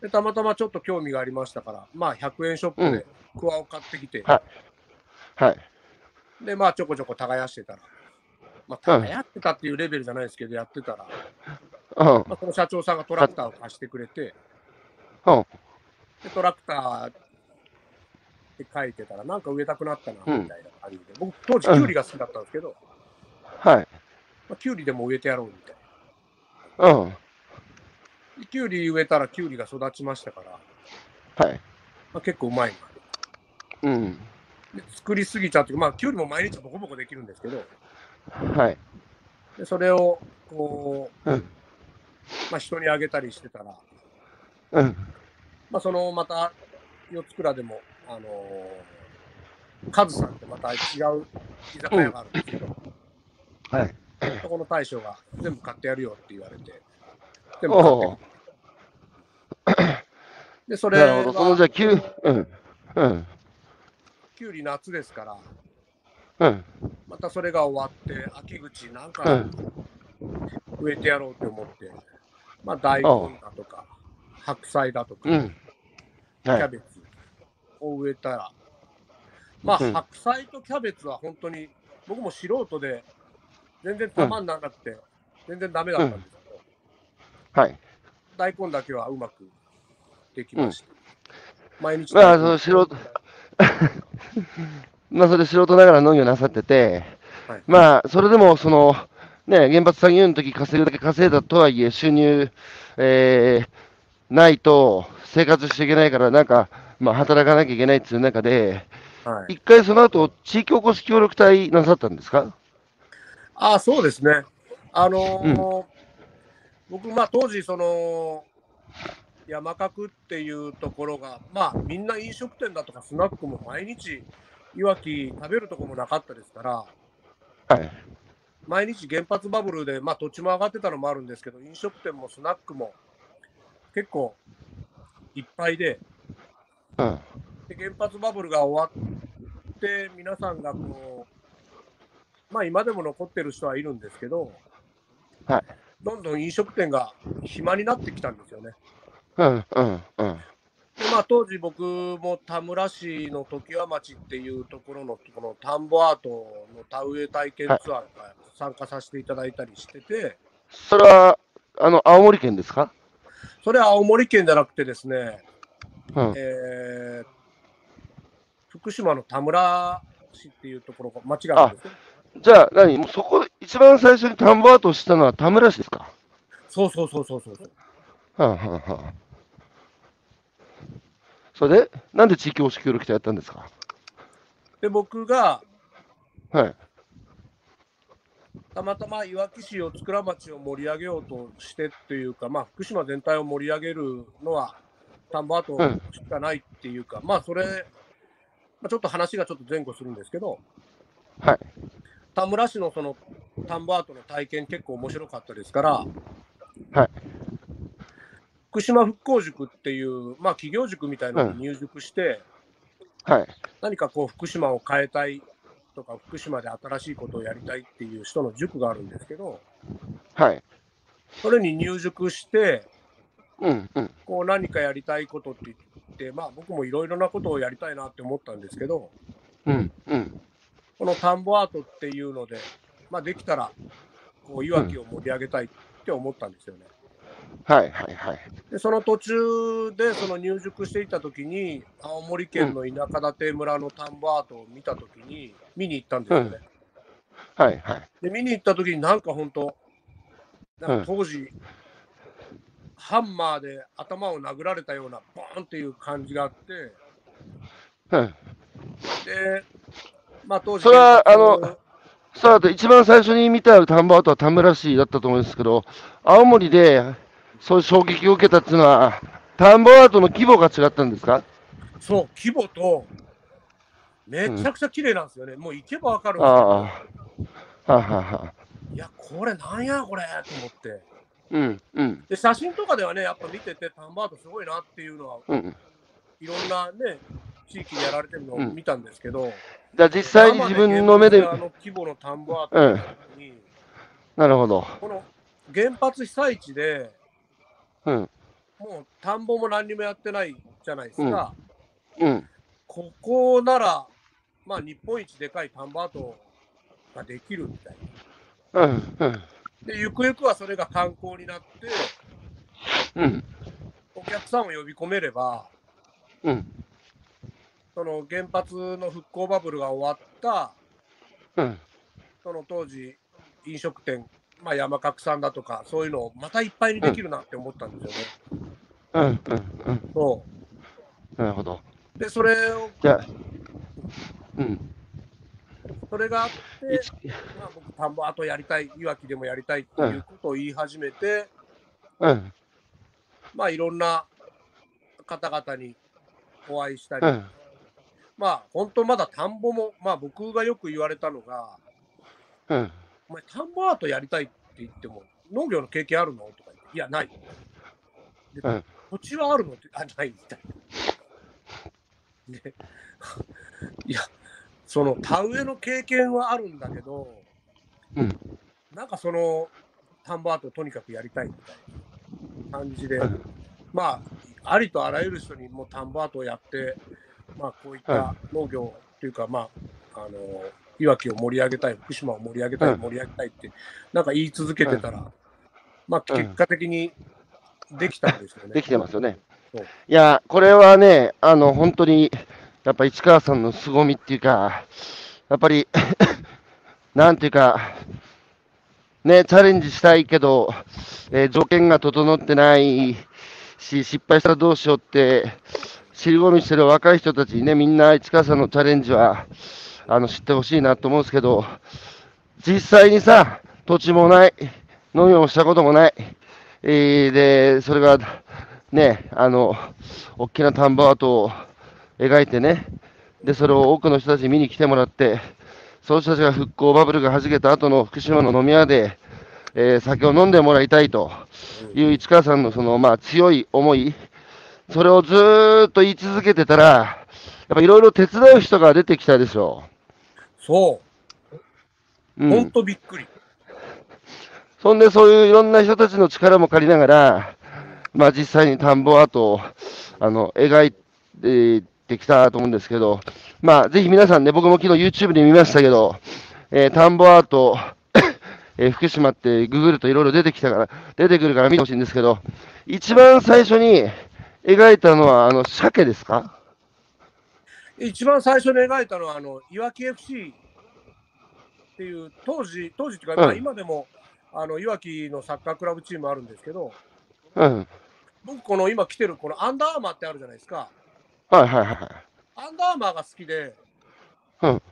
[SPEAKER 1] でたまたまちょっと興味がありましたから、まあ、100円ショップでクワを買ってきて、
[SPEAKER 2] ははい。
[SPEAKER 1] で、まあ、ちょこちょこ耕してたら、まあ、
[SPEAKER 2] うん
[SPEAKER 1] 耕してたっていうレベルじゃないですけど、やってたら、
[SPEAKER 2] うん。
[SPEAKER 1] まあ、この社長さんがトラクターを貸してくれて、
[SPEAKER 2] うん
[SPEAKER 1] でトラクターって書いてたら、なんか植えたくなったな、みたいな感じで、僕、当時、キュウリが好きだったんですけど、
[SPEAKER 2] はい。
[SPEAKER 1] まあ、キュウリでも植えてやろうみたい
[SPEAKER 2] うん。
[SPEAKER 1] な。でキュウリ植えたら、キュウリが育ちましたから、ま
[SPEAKER 2] はい。
[SPEAKER 1] あ、結構うまいな。
[SPEAKER 2] うん。
[SPEAKER 1] で作りすぎちゃって、まあ、キュウリも毎日ボコボコできるんですけど、
[SPEAKER 2] はい。
[SPEAKER 1] でそれをこう、
[SPEAKER 2] うん
[SPEAKER 1] まあ、人にあげたりしてたら、
[SPEAKER 2] うん。
[SPEAKER 1] まあ、そのまた四つ倉でも、あのーカズさんってまた違う居酒屋があるんですけど、
[SPEAKER 2] はい。
[SPEAKER 1] そこの大将が全部買ってやるよって言われて、全部買って
[SPEAKER 2] おう
[SPEAKER 1] でそれ
[SPEAKER 2] なるほど。そのじゃ
[SPEAKER 1] は
[SPEAKER 2] あ、きゅう、うん。うん。
[SPEAKER 1] きゅうり夏ですから、
[SPEAKER 2] うん。
[SPEAKER 1] またそれが終わって、秋口なん
[SPEAKER 2] う
[SPEAKER 1] か
[SPEAKER 2] ん。
[SPEAKER 1] 植えてやろうと思って、まあ、大根だとか、白菜だとか、
[SPEAKER 2] うん。
[SPEAKER 1] キ
[SPEAKER 2] は
[SPEAKER 1] ャ
[SPEAKER 2] い。
[SPEAKER 1] ベツを植えたら、まあ、
[SPEAKER 2] うん
[SPEAKER 1] 白菜とキャベツは本当に、僕も素人で、全然たまんなくて、全然ダメだったんですけど、
[SPEAKER 2] はい。
[SPEAKER 1] 大根だけはうまくできました。毎日
[SPEAKER 2] まあ、
[SPEAKER 1] 大
[SPEAKER 2] そ
[SPEAKER 1] 根、
[SPEAKER 2] の素人、まあ、それ素人ながら農業なさってて、
[SPEAKER 1] はい
[SPEAKER 2] まあ、それでも、その、ね、原発作業の時稼ぐだけ稼いだとはいえ、収入、えーないと生活していけないから、なんか、まあ、働かなきゃいけないっていう中で、
[SPEAKER 1] はい、
[SPEAKER 2] 一回その後、地域おこし協力隊なさったんですか
[SPEAKER 1] ああ、そうですね。あのー僕、まあ、当時、その、山角っていうところが、まあ、みんな飲食店だとかスナックも毎日、いわき食べるとこもなかったですから、
[SPEAKER 2] はい。
[SPEAKER 1] 毎日原発バブルで、まあ、土地も上がってたのもあるんですけど、飲食店もスナックも結構いっぱいで、
[SPEAKER 2] うん。
[SPEAKER 1] で原発バブルが終わって、皆さんがこう、まあ、今でも残ってる人はいるんですけど、
[SPEAKER 2] はい
[SPEAKER 1] どんどん飲食店が暇になってきたんですよね。
[SPEAKER 2] うん。うん。うん。
[SPEAKER 1] でまあ、当時、僕も田村市の常盤町っていうところのこの田んぼアートの田植え体験ツアーが参加させていただいたりしてて、
[SPEAKER 2] それは、あの、青森県ですか
[SPEAKER 1] それは青森県じゃなくてですね、
[SPEAKER 2] うん。
[SPEAKER 1] えー福島の田村市っていうところ、町があるんですね
[SPEAKER 2] じゃあ何、もうそこ、一番最初に田んぼアートをしたのは田村市ですか
[SPEAKER 1] そうそうそうそうそう。
[SPEAKER 2] はあはあはあ。それで、なんで地域保守協力隊やったんですか
[SPEAKER 1] で、僕が
[SPEAKER 2] はい。
[SPEAKER 1] たまたまいわき市四つ倉町を盛り上げようとしてっていうか、まあ、福島全体を盛り上げるのは田んぼ跡しかないっていうか、まあ、それ、まあ、ちょっと話がちょっと前後するんですけど、
[SPEAKER 2] はい。
[SPEAKER 1] 田村市のその田んぼアートの体験結構面白かったですから、
[SPEAKER 2] はい
[SPEAKER 1] 福島復興塾っていう、まあ、企業塾みたいなのに入塾して、
[SPEAKER 2] はい。
[SPEAKER 1] 何かこう福島を変えたいとか福島で新しいことをやりたいっていう人の塾があるんですけど
[SPEAKER 2] はい。
[SPEAKER 1] それに入塾して
[SPEAKER 2] うん。うん。
[SPEAKER 1] こう何かやりたいことって言って、まあ、僕もいろいろなことをやりたいなって思ったんですけど
[SPEAKER 2] うん。うん。
[SPEAKER 1] この田んぼアートっていうので、まあ、できたらこういわきを盛り上げたいって思ったんですよね。
[SPEAKER 2] はいはいはい。
[SPEAKER 1] でその途中でその入塾していた時に青森県の田舎館村の田んぼアートを見た時に見に行ったんですよね。
[SPEAKER 2] はいはい。
[SPEAKER 1] で見に行った時になんか本当なんか当時、ハンマーで頭を殴られたようなボーンっていう感じがあって
[SPEAKER 2] うん。
[SPEAKER 1] で、まあ、当時
[SPEAKER 2] それはあのさあ、あと一番最初に見た田んぼアートは田村市だったと思うんですけど、青森でそういう衝撃を受けたっていうのは、田んぼアートの規模が違ったんですか
[SPEAKER 1] そう規模とめちゃくちゃ綺麗なんですよね、もう行けばわかるんですけど
[SPEAKER 2] ああ。はあ、はあはあ、
[SPEAKER 1] いやこれなんやこれと思って
[SPEAKER 2] うんうん
[SPEAKER 1] で写真とかではねやっぱ見てて田んぼアートすごいなっていうのは
[SPEAKER 2] うん。
[SPEAKER 1] いろんなね地域でやられてるのを見たんですけど、
[SPEAKER 2] じゃあ実際に自分の目で
[SPEAKER 1] 生、現場あの規模の田んぼアートを見た時に、
[SPEAKER 2] なるほど。
[SPEAKER 1] この原発被災地で
[SPEAKER 2] うん
[SPEAKER 1] もう田んぼも何にもやってないじゃないですか、
[SPEAKER 2] うん
[SPEAKER 1] ここなら、まあ、日本一でかい田んぼアートができるみたい
[SPEAKER 2] うんうん
[SPEAKER 1] なでゆくゆくはそれが観光になって
[SPEAKER 2] うん
[SPEAKER 1] お客さんを呼び込めれば
[SPEAKER 2] うん
[SPEAKER 1] その原発の復興バブルが終わった
[SPEAKER 2] うん
[SPEAKER 1] その当時飲食店、まあ、山角さんだとかそういうのをまたいっぱいにできるなって思ったんですよね。
[SPEAKER 2] うんうん。
[SPEAKER 1] そ
[SPEAKER 2] なるほど。
[SPEAKER 1] うでそれを
[SPEAKER 2] じゃあ、うん。
[SPEAKER 1] それがあって
[SPEAKER 2] いつ
[SPEAKER 1] まあ、僕、田んぼあとやりたい、いわきでもやりたいっていうことを言い始めて、
[SPEAKER 2] うん
[SPEAKER 1] まあ、いろんな方々にお会いしたり、
[SPEAKER 2] うん
[SPEAKER 1] まあ、本当まだ田んぼも、まあ、僕がよく言われたのが、
[SPEAKER 2] うん。
[SPEAKER 1] お前、田んぼアートやりたいって言っても、農業の経験あるのとか言って、いや、ない。で
[SPEAKER 2] うん
[SPEAKER 1] 土地はあるのって、あ、ないみたいな。で、 *laughs* いや、その、田植えの経験はあるんだけど、
[SPEAKER 2] うん
[SPEAKER 1] なんかその、田んぼアートをとにかくやりたいみたいな感じで、
[SPEAKER 2] うん
[SPEAKER 1] まあ、ありとあらゆる人にもう田んぼアートをやって、まあ、こういった
[SPEAKER 2] は
[SPEAKER 1] 農業というか、まあ、あの、いわきを盛り上げたい、福島を盛り上げた
[SPEAKER 2] う
[SPEAKER 1] い、
[SPEAKER 2] ん
[SPEAKER 1] 盛り上げたいって、なんか言い続けてたら、まあ、
[SPEAKER 2] うん
[SPEAKER 1] 結果的にできたんですよね。
[SPEAKER 2] できてますよね
[SPEAKER 1] そう。
[SPEAKER 2] いや、これはね、あの、本当に、やっぱ市川さんの凄みっていうか、やっぱり、 *laughs* なんていうか、ね、チャレンジしたいけど、えー条件が整ってないし、失敗したらどうしようって、尻込みしてる若い人たちにね、みんな市川さんのチャレンジは、あの、知ってほしいなと思うんですけど、実際にさ、土地もない、農業もしたこともない、えーで、それが、ね、あの、大きな田んぼアートを描いてね、で、それを多くの人たちに見に来てもらって、その人たちが復興バブルが弾けた後の福島の飲み屋で、えー酒を飲んでもらいたいという市川さんのその、まあ、強い思い、それをずーっと言い続けてたら、やっぱいろいろ手伝う人が出てきたでしょ。
[SPEAKER 1] そう
[SPEAKER 2] う
[SPEAKER 1] う、
[SPEAKER 2] ん
[SPEAKER 1] 本当びっくり。
[SPEAKER 2] そんで、そういういろんな人たちの力も借りながら、まあ、実際に田んぼアートをあの描いてきたと思うんですけど、まあ、ぜひ皆さんね、僕も昨日 YouTube で見ましたけど、えー田んぼアート、 *coughs* えー福島ってググるといろいろ出てきたから、出てくるから見てほしいんですけど、一番最初に描いたのは、あの、鮭ですか
[SPEAKER 1] 一番最初に描いたのは、あの、いわき FC っていう、当時、当時っていうか、まあ
[SPEAKER 2] うん
[SPEAKER 1] 今でも、あの、いわきのサッカークラブチームあるんですけど、
[SPEAKER 2] うん。
[SPEAKER 1] 僕、この今来てる、このアンダーアーマーってあるじゃないですか。
[SPEAKER 2] はいはいはい。
[SPEAKER 1] アンダーアーマーが好きで、
[SPEAKER 2] うん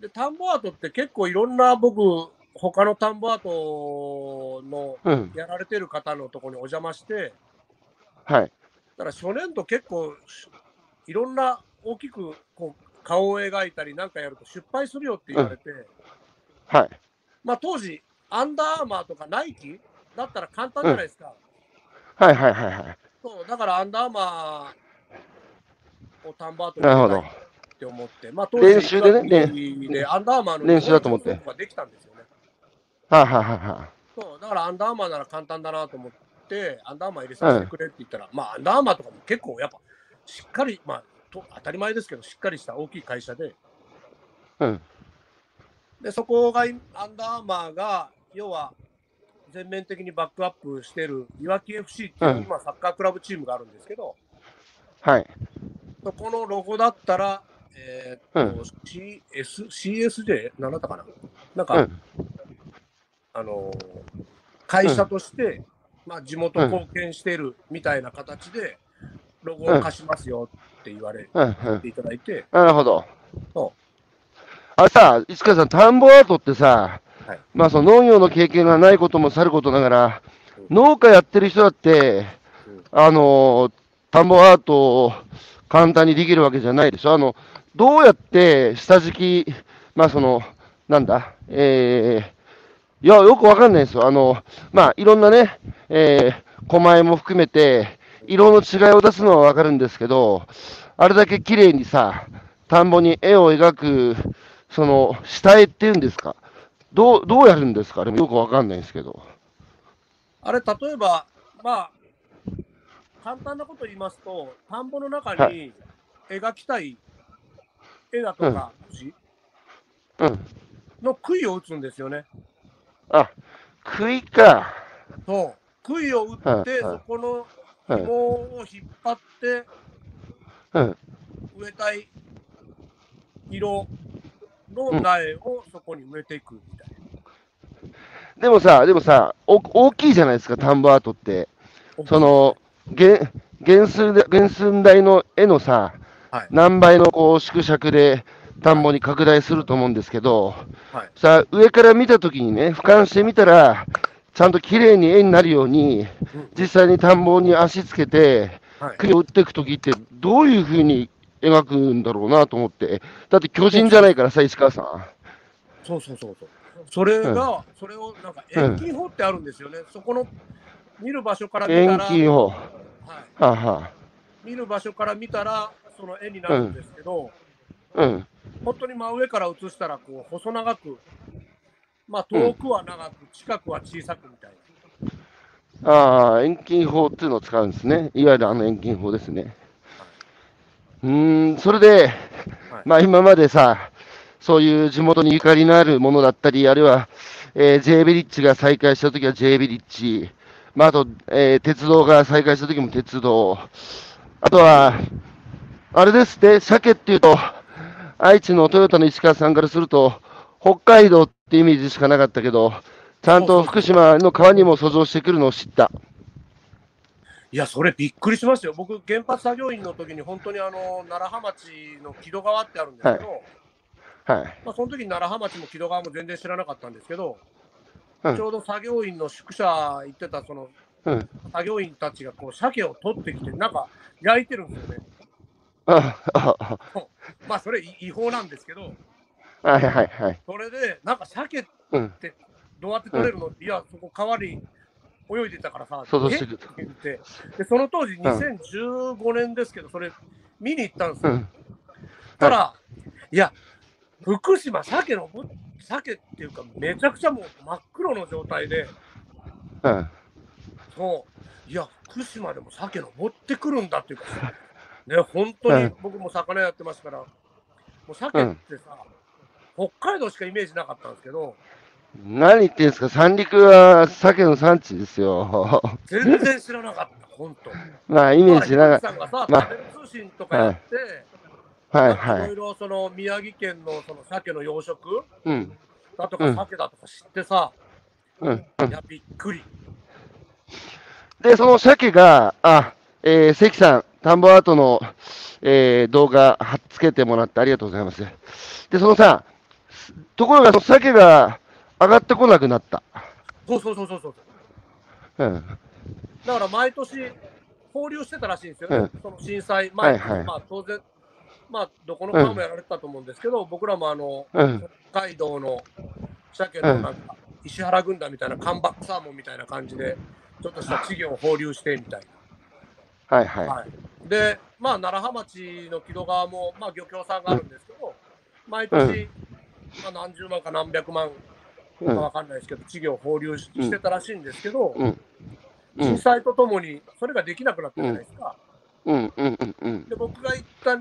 [SPEAKER 1] で、田んぼアートって結構いろんな僕、他の田んぼアートの
[SPEAKER 2] うん。
[SPEAKER 1] やられてる方のところにお邪魔して、
[SPEAKER 2] はい。
[SPEAKER 1] だから初年度結構しいろんな大きくこう顔を描いたりなんかやると失敗するよって言われて、
[SPEAKER 2] はい。
[SPEAKER 1] まあ当時、アンダーアーマーとかナイキだったら簡単じゃないですか。
[SPEAKER 2] はいはいはいはい。
[SPEAKER 1] そうだからアンダーアーマーを田んぼアートに
[SPEAKER 2] なるほ
[SPEAKER 1] 描い
[SPEAKER 2] ど
[SPEAKER 1] て。って思って、まあ、当
[SPEAKER 2] 練習でね
[SPEAKER 1] 岩崎でアンダーアーマーの
[SPEAKER 2] 練習だと思って
[SPEAKER 1] 日本記録ができたんですよね。
[SPEAKER 2] はいはいはいは
[SPEAKER 1] そう、だからアンダーアーマーなら簡単だなと思って、アンダーアーマー入れさせてくれって言ったら、まあ、アンダーアーマーとかも結構やっぱ、しっかり、まあと、当たり前ですけど、しっかりした大きい会社で、
[SPEAKER 2] い。うん。
[SPEAKER 1] で、そこが、アンダーアーマーが、要は、全面的にバックアップしてるいわき FC っていう、
[SPEAKER 2] うん
[SPEAKER 1] 今サッカークラブチームがあるんですけど、
[SPEAKER 2] はい。
[SPEAKER 1] このロゴだったら、え
[SPEAKER 2] う
[SPEAKER 1] ーっ
[SPEAKER 2] ん。
[SPEAKER 1] と CS CSJ 何だったかななん
[SPEAKER 2] う
[SPEAKER 1] か、
[SPEAKER 2] ん。
[SPEAKER 1] あのー会社として、まあ、地元貢献してるみたいな形で、ロゴを貸しますよって言われ
[SPEAKER 2] うん。うん。
[SPEAKER 1] ていただいて、
[SPEAKER 2] なるほど。
[SPEAKER 1] そ
[SPEAKER 2] あれさ、市川さん、田んぼアートってさ、
[SPEAKER 1] はい
[SPEAKER 2] まあその農業の経験がないこともさることながら、
[SPEAKER 1] うん
[SPEAKER 2] 農家やってる人だって
[SPEAKER 1] うん、
[SPEAKER 2] あのー、田んぼアートを簡単にできるわけじゃないでしょ。あの、どうやって下敷き、まあその、なんだ、えー、いや、よくわかんないですよ。あの、まあいろんなね、えー、狛江も含めて、色の違いを出すのはわかるんですけど、あれだけ綺麗にさ、田んぼに絵を描く、その、下絵っていうんですか。どう、どうやるんですかでもよくわかんないですけど。
[SPEAKER 1] あれ、例えば、まあ、簡単なこと言いますと、田んぼの中
[SPEAKER 2] は
[SPEAKER 1] に描きたい絵だとか、
[SPEAKER 2] うん。
[SPEAKER 1] の杭を打つんですよね。
[SPEAKER 2] あ、杭か。
[SPEAKER 1] そう。杭を打って、
[SPEAKER 2] はいは
[SPEAKER 1] そ
[SPEAKER 2] い
[SPEAKER 1] この
[SPEAKER 2] うん。
[SPEAKER 1] 紐を引っ張って、
[SPEAKER 2] うん。
[SPEAKER 1] 植えたい色の苗をそこに植えていくみたいな。
[SPEAKER 2] でもさ、でもさ、お大きいじゃないですか、田んぼアートって。その、げ原寸で原寸大の絵のさ、
[SPEAKER 1] はい
[SPEAKER 2] 何倍のこう縮尺で田んぼに拡大すると思うんですけど、
[SPEAKER 1] はい
[SPEAKER 2] さ上から見たときにね、俯瞰してみたら、ちゃんと綺麗に絵になるように、
[SPEAKER 1] うん
[SPEAKER 2] 実際に田んぼに足つけて、
[SPEAKER 1] はい
[SPEAKER 2] 杭を打っていくときって、どういうふうに描くんだろうなと思って、だって巨人じゃないからさ、石川さん。
[SPEAKER 1] そうそうそうそう。それが、それをなんか遠近法ってあるんですよね。そこの見る場所から見た
[SPEAKER 2] 遠
[SPEAKER 1] ら、
[SPEAKER 2] 近を。は
[SPEAKER 1] はい、
[SPEAKER 2] あ、は
[SPEAKER 1] 見る場所から見たらその絵になるんですけど、
[SPEAKER 2] あ、うん、
[SPEAKER 1] 本当に真上から写したらこう細長く、まあ、遠くは長く、近くは小さくみたいな。
[SPEAKER 2] ああ、遠近法っていうのを使うんですね。いわゆるあの遠近法ですね。うーん、それで、まあ今までさ、そういう地元にゆかりのあるものだったり、あるいは、えー J ビリッジが再開したときは J ビリッジ、まああと、えー鉄道が再開したときも鉄道、あとは、あれですね、鮭っていうと、愛知のトヨタの石川さんからすると、北海道ってイメージしかなかったけど、ちゃんと福島の川にも遡上してくるのを知った。
[SPEAKER 1] いや、それびっくりしますよ。僕、原発作業員の時に本当にあの楢葉町の木戸川ってあるんですけど、
[SPEAKER 2] はい。
[SPEAKER 1] まあ、その時に楢葉町も木戸川も全然知らなかったんですけど、
[SPEAKER 2] うん
[SPEAKER 1] ちょうど作業員の宿舎行ってたその
[SPEAKER 2] うん。
[SPEAKER 1] 作業員たちがこう鮭を取ってきて、なんか焼いてるんですよね。
[SPEAKER 2] あああ
[SPEAKER 1] まあ、それ違法なんですけど、
[SPEAKER 2] あはいはいはい。
[SPEAKER 1] それで、なんか鮭
[SPEAKER 2] うん。
[SPEAKER 1] どうやって取れるの、いや、そこ川に泳いでたからさ、
[SPEAKER 2] 想像
[SPEAKER 1] え
[SPEAKER 2] し
[SPEAKER 1] ってて
[SPEAKER 2] く
[SPEAKER 1] 言
[SPEAKER 2] る
[SPEAKER 1] ってで、その当時
[SPEAKER 2] ん
[SPEAKER 1] 2015年ですけど、それ見に行ったんです
[SPEAKER 2] う
[SPEAKER 1] よ。
[SPEAKER 2] ん。
[SPEAKER 1] そしたら、いや、福島、鮭のぶ、鮭っていうか、めちゃくちゃもう真っ黒の状態で、
[SPEAKER 2] うん。
[SPEAKER 1] そう、いや、福島でも鮭の持ってくるんだっていうか、ね、本当
[SPEAKER 2] う
[SPEAKER 1] に
[SPEAKER 2] ん
[SPEAKER 1] 僕も魚やってますから、もう鮭ってさ、北海道しかイメージなかったんですけど、
[SPEAKER 2] 何言ってんすか三陸は鮭の産地ですよ。 *laughs*
[SPEAKER 1] 全然知らなかった、本当。
[SPEAKER 2] まあイ
[SPEAKER 1] イ
[SPEAKER 2] メージな
[SPEAKER 1] さんがさ、
[SPEAKER 2] まあ
[SPEAKER 1] 食べる通信とかやって、
[SPEAKER 2] はい
[SPEAKER 1] い、
[SPEAKER 2] は
[SPEAKER 1] ろ
[SPEAKER 2] い。
[SPEAKER 1] いろその宮城県のその鮭の養殖
[SPEAKER 2] うん。
[SPEAKER 1] だと
[SPEAKER 2] う
[SPEAKER 1] か
[SPEAKER 2] ん
[SPEAKER 1] 鮭だとか知ってさ、
[SPEAKER 2] うん。
[SPEAKER 1] いやびっくり。
[SPEAKER 2] で、その鮭が、あ、えー、関さん、田んぼアートの、えー動画貼っつけてもらってありがとうございます。で、そのさ、ところがその鮭が上がってこなくなった。
[SPEAKER 1] そうそうそうそうそう。
[SPEAKER 2] うん。
[SPEAKER 1] だから毎年放流してたらしいんですよね。
[SPEAKER 2] うん
[SPEAKER 1] その震災前、
[SPEAKER 2] はいはい
[SPEAKER 1] まあ当然まあどこの川もやられてたと思うんですけど、僕らもあの
[SPEAKER 2] うん。
[SPEAKER 1] 北海道の鮭のなんか石原軍団みたいなカンバックサーモンみたいな感じでちょっとした稚魚を放流してみたいな。
[SPEAKER 2] はいは
[SPEAKER 1] はい、で、まあ、楢葉町の木戸川も、まあ、漁協さんがあるんですけど、毎
[SPEAKER 2] う
[SPEAKER 1] 年、まあ、何十万か何百万
[SPEAKER 2] い。う
[SPEAKER 1] か
[SPEAKER 2] ん
[SPEAKER 1] 分。かんないですけど、稚魚を放流ししてたらしいんですけど、
[SPEAKER 2] うん。う
[SPEAKER 1] 震
[SPEAKER 2] ん。
[SPEAKER 1] 災とともにそれができなくなったじゃないですか。
[SPEAKER 2] うん。うん。うん。うん。
[SPEAKER 1] で、僕が行った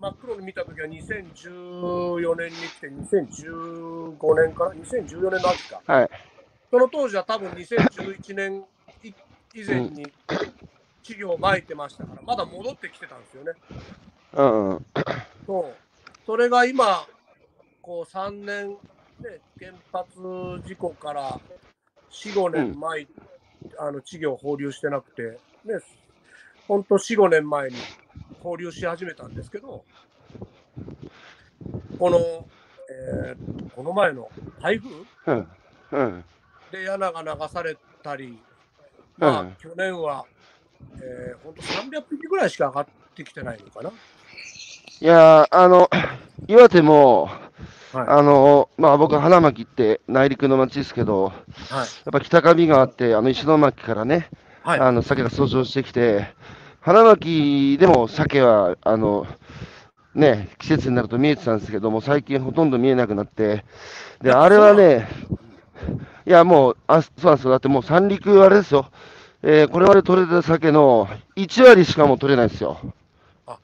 [SPEAKER 1] 真っ黒に見たときは2014年に来て、2015年から、2014年の秋か、
[SPEAKER 2] はい。
[SPEAKER 1] その当時は多分2011年い以前に稚魚をまいてましたから、まだ戻ってきてたんですよね。
[SPEAKER 2] うんうん。
[SPEAKER 1] そう。それが今、こう3年、ね、原発事故から4、5年前、あの稚魚を放流してなくて、ね、ほんと4、5年前に放流し始めたんですけど、この、えーこの前の台風
[SPEAKER 2] うん。うん。
[SPEAKER 1] で柳が流されたり、まあ
[SPEAKER 2] うん
[SPEAKER 1] 去年は、えー、ほんと300匹ぐらいしか上がってきてないのかな。
[SPEAKER 2] いやー、あの、岩手も、
[SPEAKER 1] はい
[SPEAKER 2] あの、まあ僕は花巻って内陸の町ですけど、
[SPEAKER 1] はい
[SPEAKER 2] やっぱ北上川って、あの石巻からね、
[SPEAKER 1] はい
[SPEAKER 2] あの鮭が遡上してきて、花巻でも鮭は、あの、ね、季節になると見えてたんですけども、最近ほとんど見えなくなって、で、あれはね、いや、もう、あ、そうなんですよ。だってもう三陸、あれですよ。えーこれまで取れた鮭の1割しかもう取れないですよ
[SPEAKER 1] あ。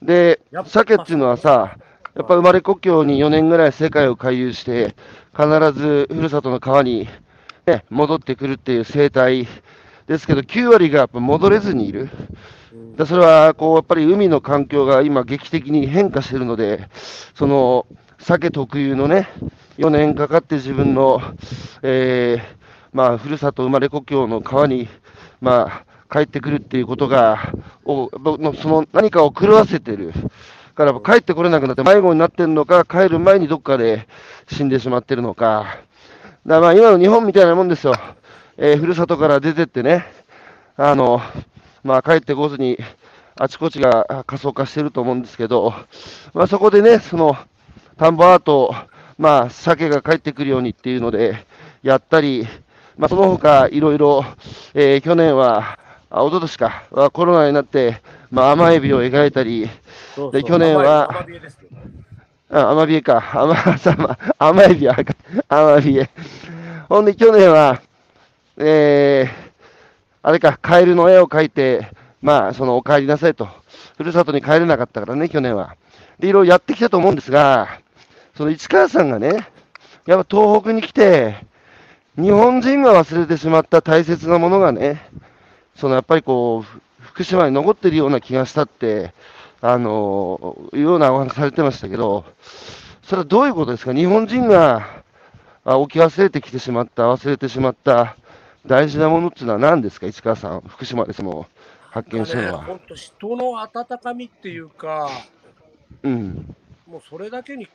[SPEAKER 2] で
[SPEAKER 1] やっぱ、
[SPEAKER 2] 鮭っていうのはさ、やっぱ生まれ故郷に4年ぐらい世界を回遊して、必ずふるさとの川に、ね、戻ってくるっていう生態ですけど、9割がやっぱ戻れずにいる。
[SPEAKER 1] うん
[SPEAKER 2] だそれはこうやっぱり海の環境が今、劇的に変化しているので、その鮭特有のね、4年かかって自分の、えーまあ、ふるさと生まれ故郷の川に、まあ、帰ってくるっていうことが、を僕のその何かを狂わせてる。だから帰ってこれなくなって迷子になってるのか、帰る前にどっかで死んでしまってるのか、だからまあ今の日本みたいなもんですよ、えーふるさとから出てってね、あのまあ、帰ってこずに、あちこちがあ過疎化してると思うんですけど、まあ、そこでね、その田んぼアートを、まあ、鮭が帰ってくるようにっていうので、やったり、まあ、その他いろいろ、えー去年は、あ一昨年か、はコロナになって、まあ、甘エビを描いたり、
[SPEAKER 1] そうそう
[SPEAKER 2] で去年は
[SPEAKER 1] 甘い甘みですよ
[SPEAKER 2] あ、アマビエか。アマ、さま、アマエビは、アマビエ。ほんで、去年は、えー、あれか、カエルの絵を描いて、まあ、その、お帰りなさいと。ふるさとに帰れなかったからね、去年は。で、いろいろやってきたと思うんですが、その市川さんがね、やっぱ東北に来て、日本人が忘れてしまった大切なものがね、そのやっぱりこう、福島に残ってるような気がしたって、あのいうようなお話されてましたけど、それはどういうことですか、日本人があ置き忘れてきてしまった、忘れてしまった大事なものっていうのは何ですか、市川さん、福島ですもん、発見したのは。
[SPEAKER 1] 本当人の温かみっていうか、
[SPEAKER 2] うん、
[SPEAKER 1] もうそれだけに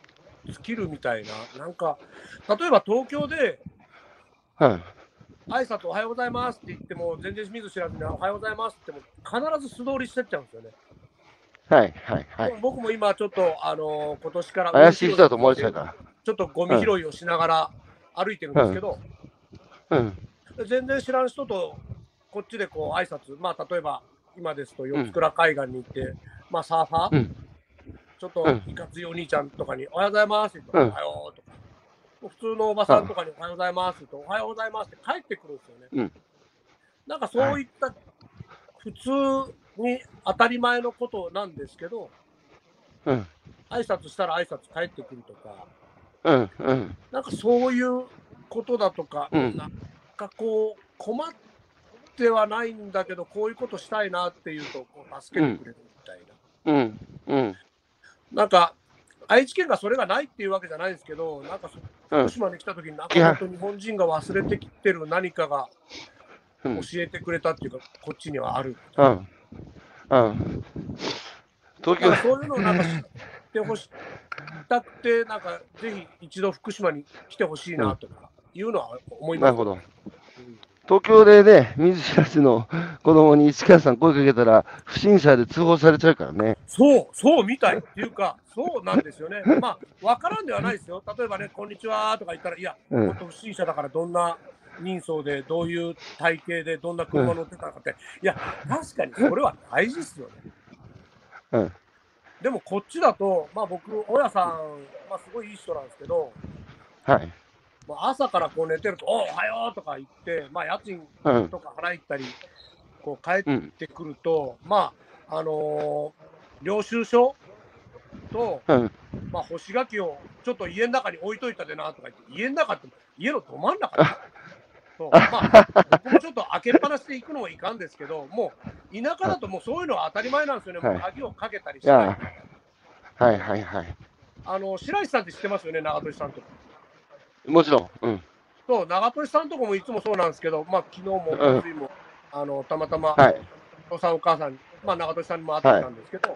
[SPEAKER 1] 尽きるみたいな、なんか、例えば東京で、
[SPEAKER 2] はい
[SPEAKER 1] 挨拶おはようございますって言っても、全然見ず知らずにおはようございますっても、必ず素通りしてっちゃうんですよね。
[SPEAKER 2] はいはいはい。
[SPEAKER 1] 僕も今、ちょっと、あのー今年から
[SPEAKER 2] 怪しい人だと思われてたか
[SPEAKER 1] ちょっとゴミ拾いをしながら歩いてるんですけど、
[SPEAKER 2] ら。うん。
[SPEAKER 1] 全然知らん人と、こっちでこう挨拶まあ例えば今ですと四つ倉海岸に行って、まあサーファー、
[SPEAKER 2] うん
[SPEAKER 1] ちょっと
[SPEAKER 2] うん
[SPEAKER 1] いかついお兄ちゃんとかに、おはようございますって
[SPEAKER 2] う
[SPEAKER 1] 言っ
[SPEAKER 2] ん
[SPEAKER 1] て、おはようとか、普通のおばさんとかにおはようございますって言って、おはようございますって帰ってくるんですよね。
[SPEAKER 2] うん
[SPEAKER 1] なんかそういった普通に当たり前のことなんですけど、
[SPEAKER 2] うん。
[SPEAKER 1] 挨拶したら挨拶帰ってくるとか、
[SPEAKER 2] うん。うん。
[SPEAKER 1] なんかそういうことだとか、
[SPEAKER 2] うん
[SPEAKER 1] なんかこう、困ってはないんだけど、こういうことしたいなっていうと、こう助けてくれるみたいな。
[SPEAKER 2] うん。うん。
[SPEAKER 1] なんか、愛知県がそれがないっていうわけじゃないんですけど、なんかそ
[SPEAKER 2] うん
[SPEAKER 1] 福。島に来た時に、なん
[SPEAKER 2] いや
[SPEAKER 1] か本当日本人が忘れてきてる何かが
[SPEAKER 2] うん。
[SPEAKER 1] 教えてくれたっていうか、こっちにはある。
[SPEAKER 2] うん。うん。
[SPEAKER 1] なん
[SPEAKER 2] 東京
[SPEAKER 1] か、そういうのをなんか知ってほしたくて、なんかぜひ一度福島に来てほしいなとか、いうのは思いま
[SPEAKER 2] なる
[SPEAKER 1] す。
[SPEAKER 2] ほど。東京でね、水知らずの子供に市川さん声かけたら、不審者で通報されちゃうからね。
[SPEAKER 1] そう、そうみたいっていうか、そうなんです
[SPEAKER 2] *laughs*
[SPEAKER 1] よね。まあ、わからんではないですよ。例えばね、こんにちはとか言ったら、いや、
[SPEAKER 2] うん
[SPEAKER 1] 本当不審者だからどんな人相で、どういう体型で、どんな車乗ってたのかって、いや、確かにそれは大事ですよね。
[SPEAKER 2] うん。
[SPEAKER 1] でもこっちだと、まあ僕、親さん、まあすごいいい人なんですけど、
[SPEAKER 2] はい。
[SPEAKER 1] まあ、朝からこう寝てると、おおはようとか言って、まあ家賃
[SPEAKER 2] うん。
[SPEAKER 1] とか払いったり、こう帰っ
[SPEAKER 2] うん。
[SPEAKER 1] ってくると、まあ、あのー領収書と、
[SPEAKER 2] うん
[SPEAKER 1] まあ、干し柿をちょっと家の中に置いといたでなとか言って、家の中って、家のど真ん中そうまあ、僕もちょっと開けっぱなしで行くのはいかんですけど、もう田舎だともうそういうのは当たり前なんですよね、
[SPEAKER 2] はい
[SPEAKER 1] もう鍵をかけたりし
[SPEAKER 2] いや
[SPEAKER 1] て、
[SPEAKER 2] はいはいはい。
[SPEAKER 1] あの白石さんって知ってますよね、長利さんとか。
[SPEAKER 2] もちろん。うん。
[SPEAKER 1] そう、長利さんとかもいつもそうなんですけど、まあ昨日も
[SPEAKER 2] うん
[SPEAKER 1] おとついも、あのたまたま、
[SPEAKER 2] はい。
[SPEAKER 1] お父さん、お母さんに、まあ、長利さんにも会ってたんですけど、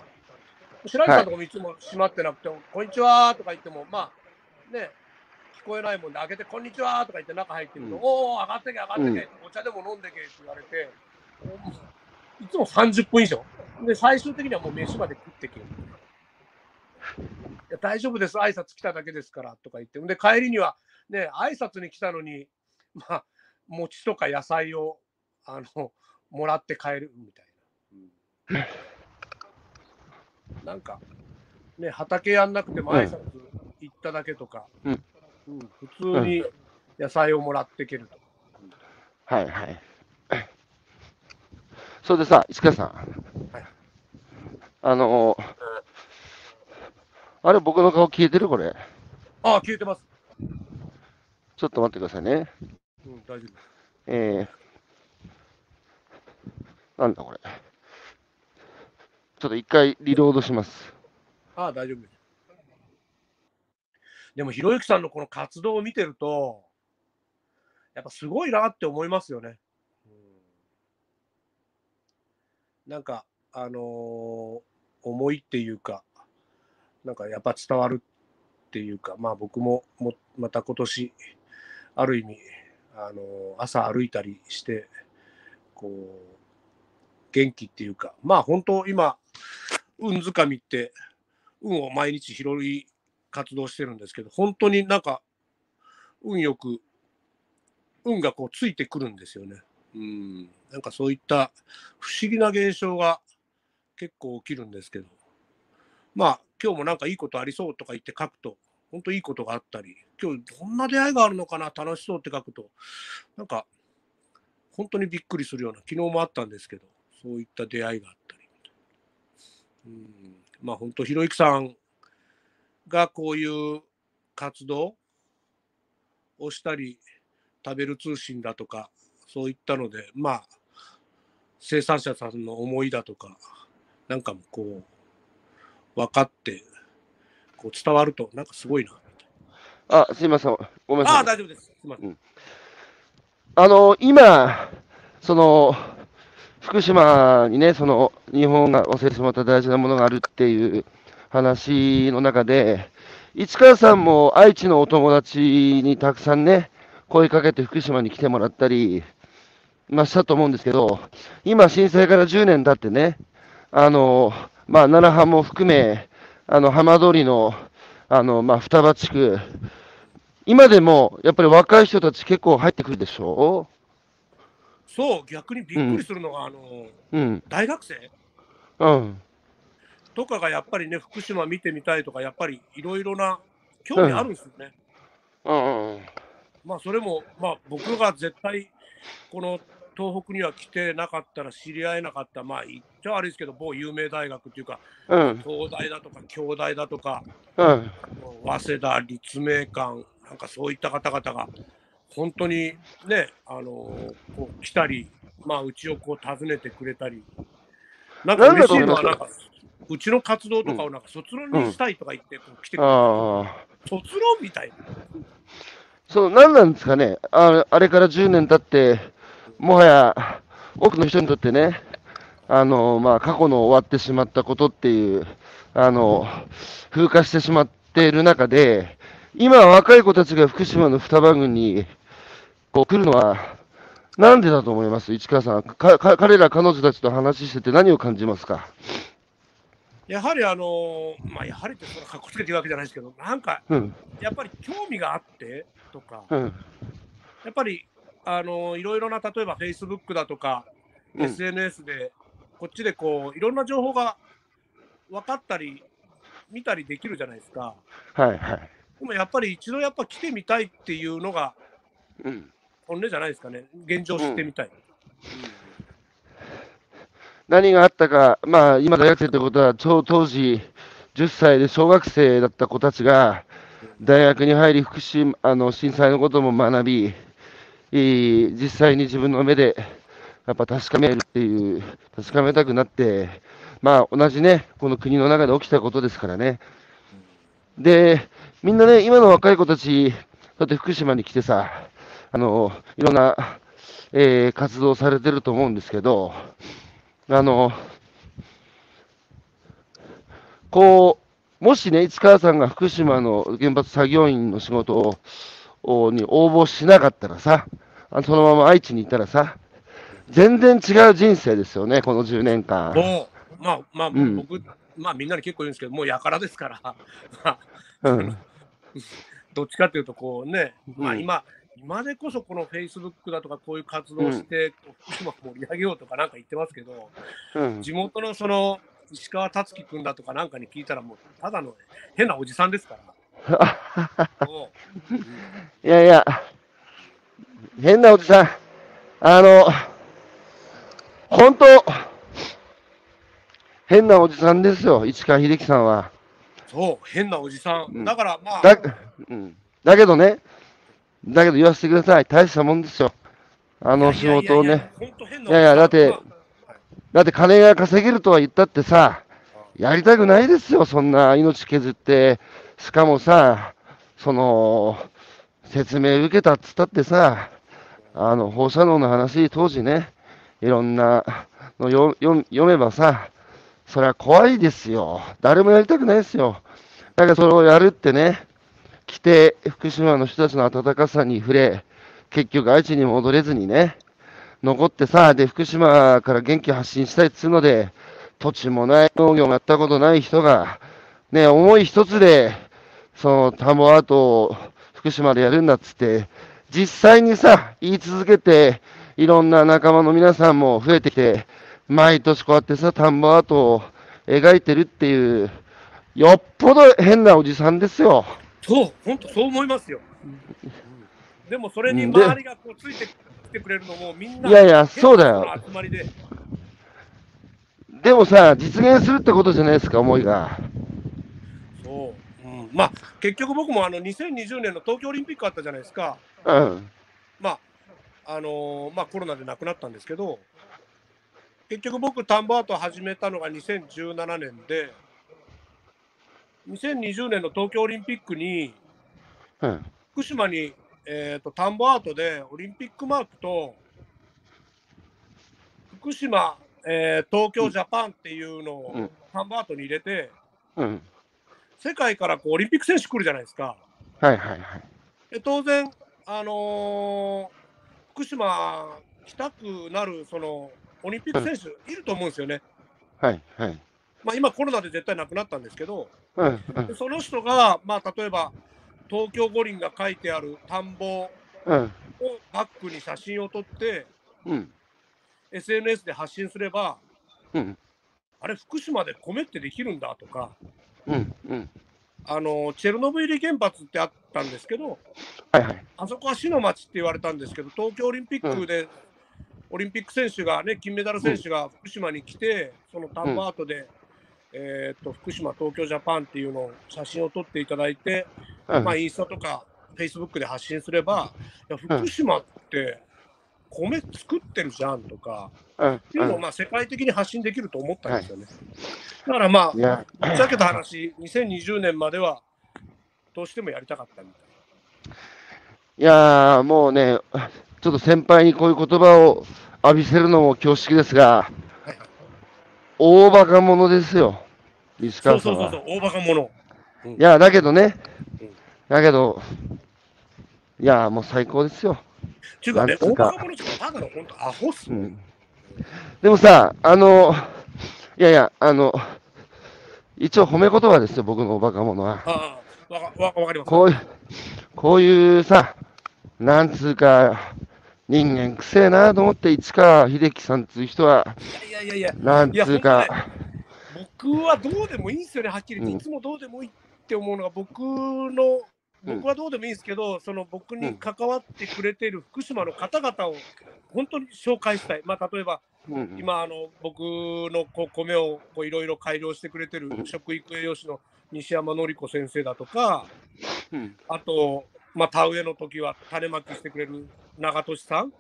[SPEAKER 1] 白石さんとかもいつも閉まってなくて、こんにちはとか言っても、まあ、ね、聞こえないもんで、開けて、こんにちはとか言って中入ってみると、
[SPEAKER 2] うん
[SPEAKER 1] おお、上がってけ、上がってけ、お茶でも飲んでけって言われて、いつも30分以上。で、最終的にはもう飯まで食ってけ。いや大丈夫です、挨拶来ただけですからとか言って、で、帰りには、ね、挨拶に来たのに、まあ、餅とか野菜を、あの、もらって帰るみたいな。なんか、ね、畑やんなくても
[SPEAKER 2] うん
[SPEAKER 1] 挨拶行っただけとか、
[SPEAKER 2] うん
[SPEAKER 1] うん普通に野菜をもらってけると。
[SPEAKER 2] はいはい。それでさ、石川さん。
[SPEAKER 1] はい
[SPEAKER 2] あのーあれ、僕の顔消えてるこれ。
[SPEAKER 1] ああ、消えてます。
[SPEAKER 2] ちょっと待ってくださいね。
[SPEAKER 1] うん、大丈夫です。
[SPEAKER 2] えー、なんだこれ。ちょっと一回リロードします。
[SPEAKER 1] ああ、大丈夫です。でも、ひろゆきさんのこの活動を見てると、やっぱすごいなって思いますよね。なんか、あのー思いっていうか、なんかやっぱ伝わるっていうか、まあ僕ももまた今年、ある意味、あのー朝歩いたりして、こう、元気っていうか、まあ本当今、運づかみって、運を毎日拾い活動してるんですけど、本当になんか、運よく、運がこうついてくるんですよね。うん。なんかそういった不思議な現象が結構起きるんですけど、まあ、今日もなんかいいことありそうとか言って書くと、本当いいことがあったり、今日どんな出会いがあるのかな、楽しそうって書くと、なんか、本当にびっくりするような、昨日もあったんですけど、そういった出会いがあったり。うんまあ本当ひろゆきさんがこういう活動をしたり食べる通信だとかそういったのでまあ生産者さんの思いだとかなんかもこう分かってこう伝わるとなんかすごいな。
[SPEAKER 2] あ、すいません。ごめんな
[SPEAKER 1] あ
[SPEAKER 2] さ
[SPEAKER 1] あ
[SPEAKER 2] い。
[SPEAKER 1] 大丈夫です。すいません。
[SPEAKER 2] あの、今、その、福島にね、その、日本が忘れてしまった大事なものがあるっていう話の中で、市川さんも愛知のお友達にたくさんね、声かけて福島に来てもらったり、まあ、したと思うんですけど、今、震災から10年経ってね、あの、まあ、奈良浜も含め、あの、浜通りの、あの、まあ、双葉地区、今でも、やっぱり若い人たち結構入ってくるでしょ
[SPEAKER 1] そう逆にびっくりするのが、あの
[SPEAKER 2] うん。
[SPEAKER 1] 大学生
[SPEAKER 2] うん。
[SPEAKER 1] とかがやっぱりね福島見てみたいとかやっぱりいろいろな興味あるんですよね。
[SPEAKER 2] うん。
[SPEAKER 1] まあそれも、まあ、僕が絶対この東北には来てなかったら知り合えなかったまあ言っちゃ悪いですけど某有名大学っていうか
[SPEAKER 2] うん。
[SPEAKER 1] 東大だとか京大だとか
[SPEAKER 2] うん。
[SPEAKER 1] 早稲田立命館なんかそういった方々が本当にねあのこう来たりまあうちをこう訪ねてくれたりなんか嬉しいのは
[SPEAKER 2] な
[SPEAKER 1] なん
[SPEAKER 2] だ
[SPEAKER 1] ん
[SPEAKER 2] と
[SPEAKER 1] かうちの活動とかをなんか卒論にしたいとか言ってこう来てくれる、
[SPEAKER 2] ああ。
[SPEAKER 1] 卒論みたいな。
[SPEAKER 2] そう、何なんですかね。ああれから10年経って、もはや、多くの人にとってね、あの、まあ、過去の終わってしまったことっていう、あの、風化してしまっている中で、今若い子たちが福島の双葉郡に、こう来るのは、なんでだと思います市川さん。か、か、彼ら彼女たちと話してて何を感じますか
[SPEAKER 1] やはりあのーまあやはりってそのかっこつけてるわけじゃないですけどなんか
[SPEAKER 2] うん、
[SPEAKER 1] やっぱり興味があってとか
[SPEAKER 2] うん、
[SPEAKER 1] やっぱりあのーいろいろな例えば Facebook だとか、
[SPEAKER 2] うん
[SPEAKER 1] SNS でこっちでこういろんな情報が分かったり見たりできるじゃないですか
[SPEAKER 2] はい、はい。
[SPEAKER 1] でもやっぱり一度やっぱ来てみたいっていうのが
[SPEAKER 2] うん。
[SPEAKER 1] 本音じゃないですかね現状知ってみたい、
[SPEAKER 2] 何があったか、まあ、今大学生ってことは、当当時、10歳で小学生だった子たちが、大学に入り、福島、あの、震災のことも学び、えー実際に自分の目でやっぱ確かめるっていう、確かめたくなって、まあ同じね、この国の中で起きたことですからね。で、みんなね、今の若い子たち、だって福島に来てさ、あの、いろんな、えー活動されてると思うんですけど、あの、こう、もしね、市川さんが福島の原発作業員の仕事ををに応募しなかったらさ、あそのまま愛知に行ったらさ、全然違う人生ですよね、この10年間。
[SPEAKER 1] もう、まあまあ、
[SPEAKER 2] ん
[SPEAKER 1] 僕、まあみんなに結構言うんですけど、もうやからですから、まあ
[SPEAKER 2] うん、
[SPEAKER 1] どっちかというと、こうね、まあ
[SPEAKER 2] うん
[SPEAKER 1] 今、今でこそこのフェイスブックだとか、こういう活動をして、福島を盛り上げようとかなんか言ってますけど、
[SPEAKER 2] うん、
[SPEAKER 1] 地元のその石川達樹君だとかなんかに聞いたら、もうただの変なおじさんです
[SPEAKER 2] *laughs*
[SPEAKER 1] から。も
[SPEAKER 2] いやいや、変なおじさん、あの、本当、変なおじさんですよ、市川秀樹さんは。
[SPEAKER 1] うそう、変なおじさ
[SPEAKER 2] うん
[SPEAKER 1] ん。だからまあ、
[SPEAKER 2] だうん、だけどね、だけど言わせてください、大したもんですよ、あの仕事をね。
[SPEAKER 1] い
[SPEAKER 2] いやいやだってだって金が稼げるとは言ったってさ、やりたくないですよ、そんな命削って、しかもさ、その説明受けたっつったってさ、あの放射能の話、当時ね、いろんなのよよ読めばさ、そりゃ怖いですよ、誰もやりたくないですよ。だからそれをやるってね、来て、福島の人たちの温かさに触れ、結局、愛知に戻れずにね。残ってさ、で、福島から元気発信したいっつうので、土地もない、農業もやったことない人が、ね、思い一つで、その、田んぼアートを福島でやるんだっつって、実際にさ、言い続けて、いろんな仲間の皆さんも増えてきて、毎年こうやってさ、田んぼアートを描いてるっていう、よっぽど変なおじさんですよ。
[SPEAKER 1] そう、本当そう思いますよ。でもそれに
[SPEAKER 2] うんで
[SPEAKER 1] 周りがこうついてきてくれるのもみんな、
[SPEAKER 2] いやいやそうだよ
[SPEAKER 1] 変な人の集まりで、
[SPEAKER 2] でもさ、実現するってことじゃないですか、思いが。
[SPEAKER 1] そう、うん、まあ結局僕もあの2020年の東京オリンピックあったじゃないですか。
[SPEAKER 2] うん。
[SPEAKER 1] まあ、あのーまあコロナで亡くなったんですけど、結局僕田んぼアートを始めたのが2017年で、2020年の東京オリンピックに
[SPEAKER 2] うん。
[SPEAKER 1] 福島に、えー、と田んぼアートでオリンピックマークと福島、えー東京ジャパンっていうの
[SPEAKER 2] う
[SPEAKER 1] を
[SPEAKER 2] ん
[SPEAKER 1] 田んぼアートに入れて
[SPEAKER 2] うん。
[SPEAKER 1] 世界からこうオリンピック選手来るじゃないですか。
[SPEAKER 2] はいはいはい。
[SPEAKER 1] で当然、あのー福島来たくなるそのオリンピック選手いると思うんですよね。
[SPEAKER 2] はいはい。
[SPEAKER 1] まあ、今コロナで絶対なくなったんですけど、
[SPEAKER 2] うん
[SPEAKER 1] でその人が、まあ、例えば東京五輪が書いてある田んぼを
[SPEAKER 2] うん
[SPEAKER 1] バックに写真を撮って、
[SPEAKER 2] うん
[SPEAKER 1] SNS で発信すれば、
[SPEAKER 2] うん
[SPEAKER 1] あれ、福島で米ってできるんだとか、
[SPEAKER 2] うんうん
[SPEAKER 1] あのチェルノブイリ原発ってあったんですけど、
[SPEAKER 2] はいはい
[SPEAKER 1] あそこは死の町って言われたんですけど、東京オリンピックで、オリンピック選手がね、金メダル選手が福島に来て、そのタンパートで、えーっと福島、東京、ジャパンっていうのを写真を撮っていただいて、
[SPEAKER 2] うん
[SPEAKER 1] まあ、インスタとか、フェイスブックで発信すれば、いや福島って米作ってるじゃんとか、
[SPEAKER 2] うん
[SPEAKER 1] っていうのをまあ世界的に発信できると思ったんですよね。だからまあ、
[SPEAKER 2] いや
[SPEAKER 1] ぶっちゃけた話、2020年まではどうしてもやりたかったみたい
[SPEAKER 2] いやーもうねちょっと先輩にこういう言葉を浴びせるのも恐縮ですが
[SPEAKER 1] はい
[SPEAKER 2] 大バカ者ですよ西
[SPEAKER 1] な。そう
[SPEAKER 2] 川さ
[SPEAKER 1] そうんそう
[SPEAKER 2] は
[SPEAKER 1] そう、大バカ者。
[SPEAKER 2] いやだけどね
[SPEAKER 1] うん
[SPEAKER 2] だけどいやーもう最高ですよ
[SPEAKER 1] っていうかね
[SPEAKER 2] な、んつ
[SPEAKER 1] 大
[SPEAKER 2] うか
[SPEAKER 1] バカ者ってただの本当アホっす
[SPEAKER 2] う
[SPEAKER 1] ね。
[SPEAKER 2] んでもさあのいやいやあの一応褒め言葉ですよ僕の大バカ者は
[SPEAKER 1] ああ、わかわわかります。
[SPEAKER 2] こういう、こういうさ、なんつうか、人間くせえなと思って、市川秀樹さんつう人は、
[SPEAKER 1] いやいやいや、
[SPEAKER 2] なんつうか、
[SPEAKER 1] 僕はどうでもいいんですよね、はっきり言って、
[SPEAKER 2] うん
[SPEAKER 1] いつもどうでもいいって思うのが、僕の、
[SPEAKER 2] うん
[SPEAKER 1] 僕はどうでもいいんですけど、その僕
[SPEAKER 2] う
[SPEAKER 1] に
[SPEAKER 2] ん
[SPEAKER 1] 関わってくれている福島の方々を本当に紹介したい。まあ、例えば、
[SPEAKER 2] うん
[SPEAKER 1] 今あの僕のこう米をこういろいろ改良してくれてる
[SPEAKER 2] うん
[SPEAKER 1] 食育栄養士の西山紀子先生だとか
[SPEAKER 2] うん
[SPEAKER 1] あと、まあ、田植えの時は種まきしてくれる長俊さん、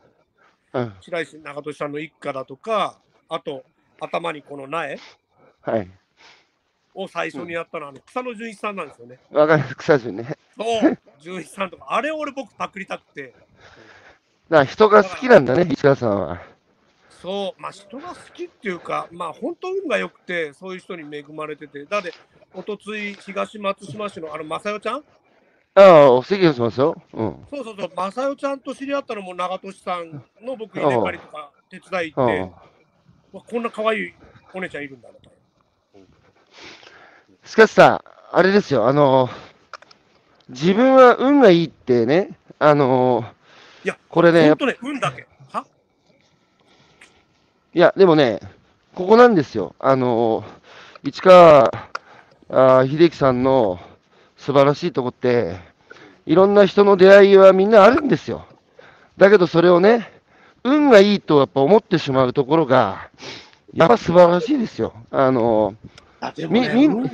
[SPEAKER 2] うん、
[SPEAKER 1] 白石長俊さんの一家だとか、あと、頭にこの苗
[SPEAKER 2] はい。
[SPEAKER 1] を最初にやったのは、あの草野純一さんなんですよね。
[SPEAKER 2] わかります、草潤ね。
[SPEAKER 1] そう、純一さんとか、あれ俺僕パクりたくて、
[SPEAKER 2] な人が好きなんだね、石川さんは。
[SPEAKER 1] そう、まあ人が好きっていうか、まあ本当運が良くて、そういう人に恵まれてて、だって、おとつい東松島市のあの正代ちゃん
[SPEAKER 2] ああ、お席をしますよ。うん。
[SPEAKER 1] そうそうそう、正代ちゃんと知り合ったのも長俊さんの僕、稲刈りとか手伝い行
[SPEAKER 2] う
[SPEAKER 1] って
[SPEAKER 2] ん。、
[SPEAKER 1] うわこんな可愛いお姉ちゃんいるんだなと。
[SPEAKER 2] しかしさ、あれですよ、あの、自分は運がいいってね、あの、
[SPEAKER 1] いや
[SPEAKER 2] これね、や
[SPEAKER 1] 本
[SPEAKER 2] っぱ
[SPEAKER 1] 当ね、運だけ。はい
[SPEAKER 2] や、でもね、ここなんですよ。あの、市川あー秀樹さんの素晴らしいとこって、いろんな人の出会いはみんなあるんですよ。だけどそれをね、運がいいとやっぱ思ってしまうところが、やっぱ素晴らしいですよ。あの、
[SPEAKER 1] あで
[SPEAKER 2] みみん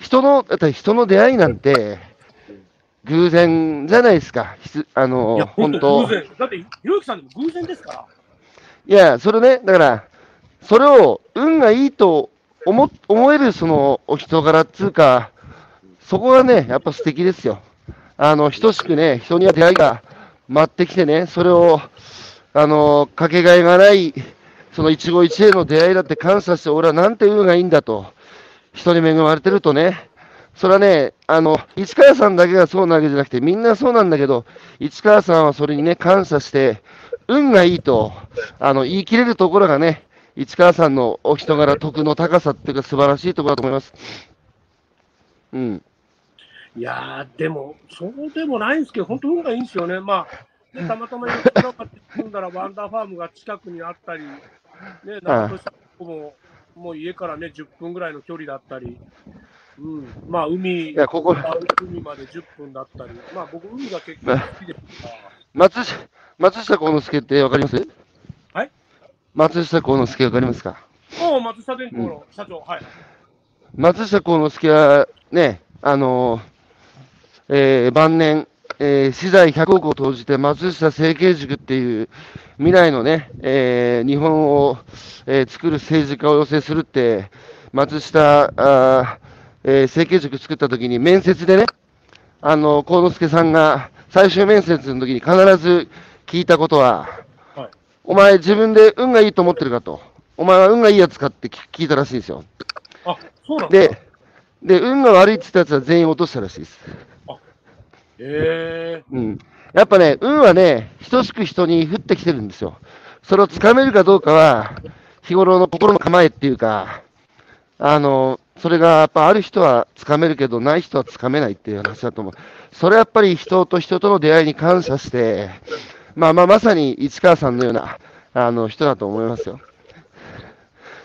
[SPEAKER 2] 人の、だって人の出会いなんて、偶然じゃないですか。ひつあ
[SPEAKER 1] いや、
[SPEAKER 2] の、
[SPEAKER 1] 本
[SPEAKER 2] 本
[SPEAKER 1] 当
[SPEAKER 2] 当
[SPEAKER 1] 偶。然。だって、ひろゆきさんでも偶然ですから。
[SPEAKER 2] いや、それね、だから、それを運がいいと思思えるそのお人柄っつうか、そこがね、やっぱ素敵ですよ。あの、等しくね、人には出会いが待ってきてね、それを、あの、かけがえがない、その一期一会の出会いだって感謝して、俺はなんて運がいいんだと、人に恵まれてるとね、それはね、あの、市川さんだけがそうなわけじゃなくて、みんなそうなんだけど、市川さんはそれにね、感謝して、運がいいと、あの、言い切れるところがね、市川さんのお人柄、徳の高さっていうか、素晴らしいところだと思います。うん。
[SPEAKER 1] いやー、でも、そうでもないんですけど、本当、運がいいんですよね。まあ、でたまたま吉川って住ん *laughs* だら、ワンダーファームが近くにあったり、ね、長門さんも、もう家からね、10分ぐらいの距離だったり、うん、まあ、海、
[SPEAKER 2] いや、ここ、
[SPEAKER 1] 海まで10分だったり、まあ、僕、海が結構好きですから。
[SPEAKER 2] 松下、松下幸之助ってわかります
[SPEAKER 1] はい松
[SPEAKER 2] 松下幸之助わかりますか
[SPEAKER 1] おう松下電工の社長、はい。
[SPEAKER 2] 松下幸之助はね、あのえー晩年、えー資材100億を投じて松下政経塾っていう未来のね、えー日本を、えー作る政治家を養成するって、松下あー、えー政経塾作った時に面接でね、あの幸之助さんが最終面接の時に必ず聞いたことは、
[SPEAKER 1] はい
[SPEAKER 2] お前自分で運がいいと思ってるかと、お前は運がいいやつかって聞聞いたらしいんですよ。
[SPEAKER 1] あ、そうなんだ。
[SPEAKER 2] で、で、運が悪いって言ったやつは全員落としたらしいです。
[SPEAKER 1] え
[SPEAKER 2] うん。やっぱね、運はね、等しく人に降ってきてるんですよ。それをつかめるかどうかは、日頃の心の構えっていうか、あの、それがやっぱある人はつかめるけど、ない人はつかめないっていう話だと思う。それはやっぱり人と人との出会いに感謝して、まあまあまさに市川さんのような、あの、人だと思いますよ。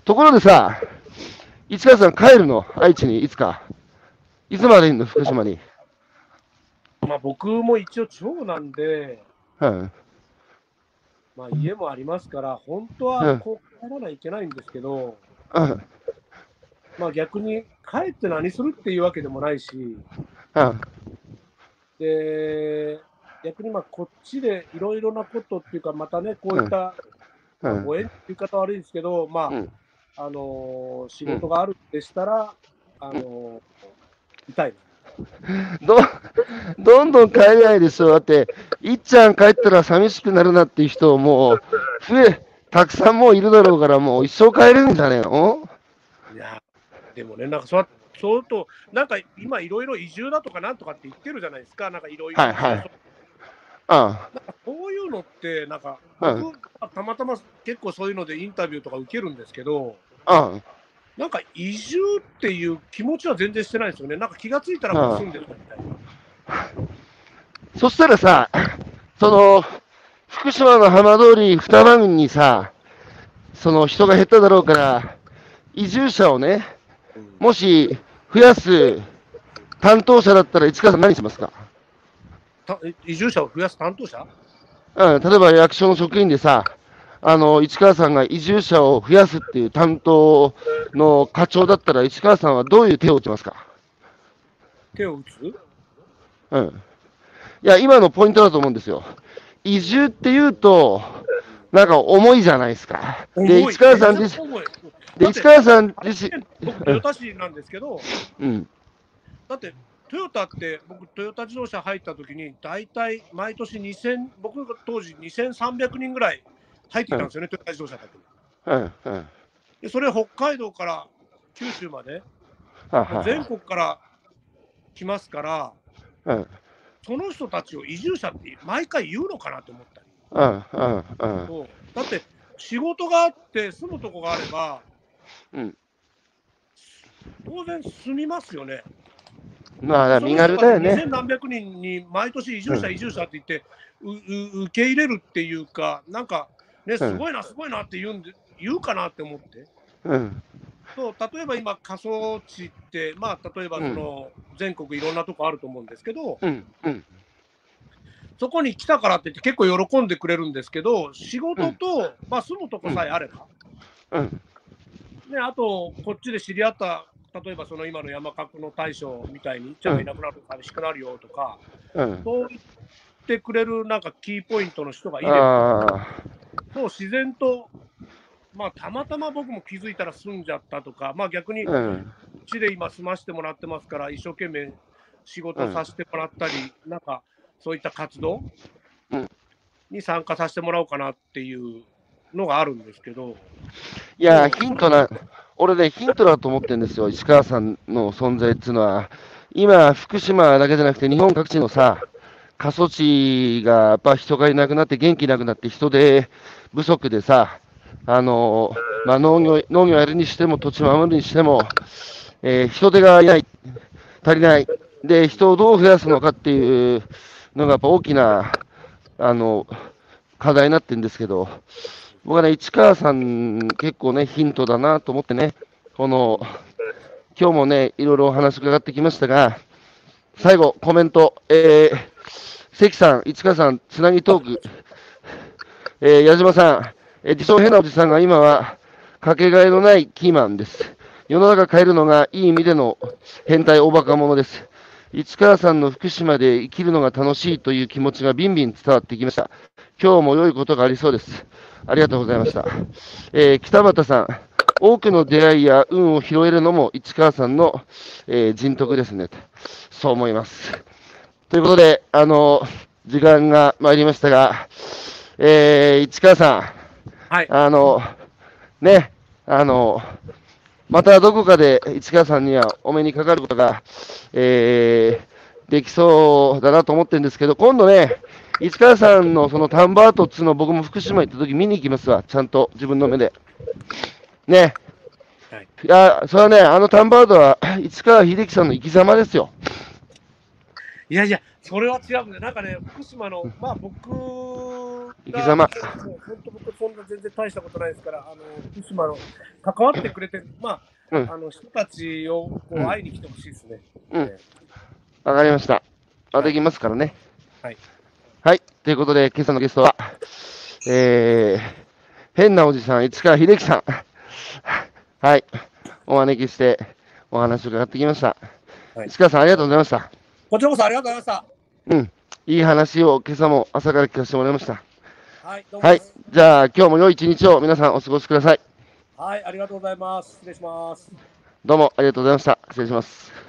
[SPEAKER 2] ところでさ、市川さん帰るの愛知にいつか。いつまでいんの福島に。
[SPEAKER 1] ー、まあ、僕も一応、地方なんで、
[SPEAKER 2] うん。
[SPEAKER 1] まあ、家もありますから、本当
[SPEAKER 2] う
[SPEAKER 1] は
[SPEAKER 2] ん
[SPEAKER 1] こう帰らないといけないんですけど、
[SPEAKER 2] うん。
[SPEAKER 1] まあ、逆に帰って何するっていうわけでもないし、
[SPEAKER 2] うん。
[SPEAKER 1] で逆にまあこっちでいろいろなことっていうか、またね、こういった
[SPEAKER 2] うん。
[SPEAKER 1] ご縁っていう言い方は悪いですけど、まあ
[SPEAKER 2] うん
[SPEAKER 1] あのー仕事があるんでしたら、あのー痛い
[SPEAKER 2] ど、 *laughs* どんどん帰れないでしょ。だって、いっちゃん帰ったら寂しくなるなっていう人もう、増え、たくさんもういるだろうから、もう一生帰れるんじゃねえの
[SPEAKER 1] な。いやでもね、なんかそう相当、なんか今、いろいろ移住だとかなんとかって言ってるじゃないですか、なんかいろいろ。
[SPEAKER 2] はいはいあ
[SPEAKER 1] そういうのって、なんか、
[SPEAKER 2] うん
[SPEAKER 1] 僕はたまたま結構そういうのでインタビューとか受けるんですけど、
[SPEAKER 2] あ、うん。
[SPEAKER 1] なんか移住っていう気持ちは全然してないんですよね。なんか気がついたらもう住んでるみたいな。
[SPEAKER 2] そしたらさ、その、福島の浜通り二番組にさ、その人が減っただろうから、移住者をね、もし増やす担当者だったら市川さん何しますか
[SPEAKER 1] た移住者を増やす担当者
[SPEAKER 2] うん、例えば役所の職員でさ、あの市川さんが移住者を増やすっていう担当の課長だったら、市川さんはどういう手を打ちますか、
[SPEAKER 1] 手を打つ
[SPEAKER 2] うん、いや、今のポイントだと思うんですよ。移住っていうと、なんか重いじゃないですか。で、
[SPEAKER 1] 重い
[SPEAKER 2] 市川さん
[SPEAKER 1] め
[SPEAKER 2] 自
[SPEAKER 1] ちゃくちゃ重い
[SPEAKER 2] 身、で、市川さん自身、
[SPEAKER 1] 僕、トヨタ市なんですけど、
[SPEAKER 2] うん、
[SPEAKER 1] だって、トヨタって、僕、トヨタ自動車入った時に、大体毎年2000、僕が当時2300人ぐらい入ってきたんですよね、トヨタ自動車だけ
[SPEAKER 2] うん、うん。
[SPEAKER 1] で、それ、北海道から九州まで、
[SPEAKER 2] あは
[SPEAKER 1] 全
[SPEAKER 2] い
[SPEAKER 1] 国から来ますから、
[SPEAKER 2] うん、
[SPEAKER 1] その人たちを移住者って毎回言うのかなと思ったり、
[SPEAKER 2] うん、うん、うん。
[SPEAKER 1] そうだって、仕事があって、住むとこがあれば、
[SPEAKER 2] うん
[SPEAKER 1] 当然住みますよね。
[SPEAKER 2] まあ、だから身軽だよね。
[SPEAKER 1] 2000何百人に毎年移住者、
[SPEAKER 2] うん
[SPEAKER 1] 移住者って言って、うう受け入れるっていうか、なんか、ね、すごいな、すごいなって言うんで言うかなって思って。
[SPEAKER 2] うん、
[SPEAKER 1] そう例えば今、過疎地って、まあ、例えばその全国いろんなとこあると思うんですけど、
[SPEAKER 2] うん、うん、
[SPEAKER 1] そこに来たからって言って結構喜んでくれるんですけど、仕事と、まあ、住むとこさえあれば、
[SPEAKER 2] うん、
[SPEAKER 1] ね、あと、こっちで知り合った、例えばその今の山角の大将みたいに、ちゃんといなくなると寂しくなるよとか、
[SPEAKER 2] うん。
[SPEAKER 1] そう言ってくれるなんかキーポイントの人がいれば、
[SPEAKER 2] あ
[SPEAKER 1] もう自然と、まあ、たまたま僕も気づいたら住んじゃったとか、まあ、逆に
[SPEAKER 2] あ、うん、
[SPEAKER 1] こっちで今、住ましてもらってますから、一生懸命仕事させてもらったり、なんかそういった活動
[SPEAKER 2] うん
[SPEAKER 1] に参加させてもらおうかなっていうのがあるんですけど、
[SPEAKER 2] いや、ヒントな、俺ね、ヒントだと思ってるんですよ、石川さんの存在っていうのは。今、福島だけじゃなくて、日本各地のさ、過疎地がやっぱ人がいなくなって、元気なくなって、人手不足でさ、あのまあ、農業農業やるにしても、土地守るにしても、えー人手がいない、足りない、で、人をどう増やすのかっていうのが、やっぱ大きな、あの、課題になってるんですけど、僕はね、市川さん、結構ね、ヒントだなと思ってね、この、今日もね、いろいろお話伺ってきましたが、最後、コメント、えー、関さん、市川さん、つなぎトーク、えー、矢島さん、えー、自称変なおじさんが今は、かけがえのないキーマンです。世の中変えるのがいい意味での変態おバカ者です。市川さんの福島で生きるのが楽しいという気持ちがビンビン伝わってきました。今日も良いことがありそうです。ありがとうございました。えー北畑さん、多くの出会いや運を拾えるのも市川さんの、えー人徳ですね。そう思います。ということで、あの時間が参りましたが、えー市川さ
[SPEAKER 1] はい
[SPEAKER 2] ん、、あのね、あのまたどこかで市川さんにはお目にかかることが、えーできそうだなと思ってるんですけど、今度ね、市川さんのその田んぼアートっつうの僕も福島行った時見に行きますわ、ちゃんと自分の目で。ね。
[SPEAKER 1] はい
[SPEAKER 2] い、や、それはね、あの田んぼアートは市川秀樹さんの生き様ですよ。
[SPEAKER 1] いやいや、それは違うんで、なんかね、福島の、まあ僕が、
[SPEAKER 2] 生き様
[SPEAKER 1] もう本当僕、そんな全然大したことないですから、あの福島の関わってくれてる、まあ、
[SPEAKER 2] うん
[SPEAKER 1] あの人たちをこう
[SPEAKER 2] うん
[SPEAKER 1] 会いに来てほしいですね。
[SPEAKER 2] うんわかりました。また行きますからね。
[SPEAKER 1] はい。
[SPEAKER 2] はい。ということで、今朝のゲストは、えー、変なおじさん、市川秀樹さん。はい。お招きして、お話を伺ってきました。
[SPEAKER 1] はい
[SPEAKER 2] 市川さん、ありがとうございました。
[SPEAKER 1] こちらこそありがとうございま
[SPEAKER 2] いい話を今朝も朝から聞かせてもらいました。
[SPEAKER 1] した。はい、どうも
[SPEAKER 2] はい。じゃあ、今日も良い一日を皆さんお過ごしください。
[SPEAKER 1] はい、ありがとうございます。失礼します。
[SPEAKER 2] どうもありがとうございました。失礼します。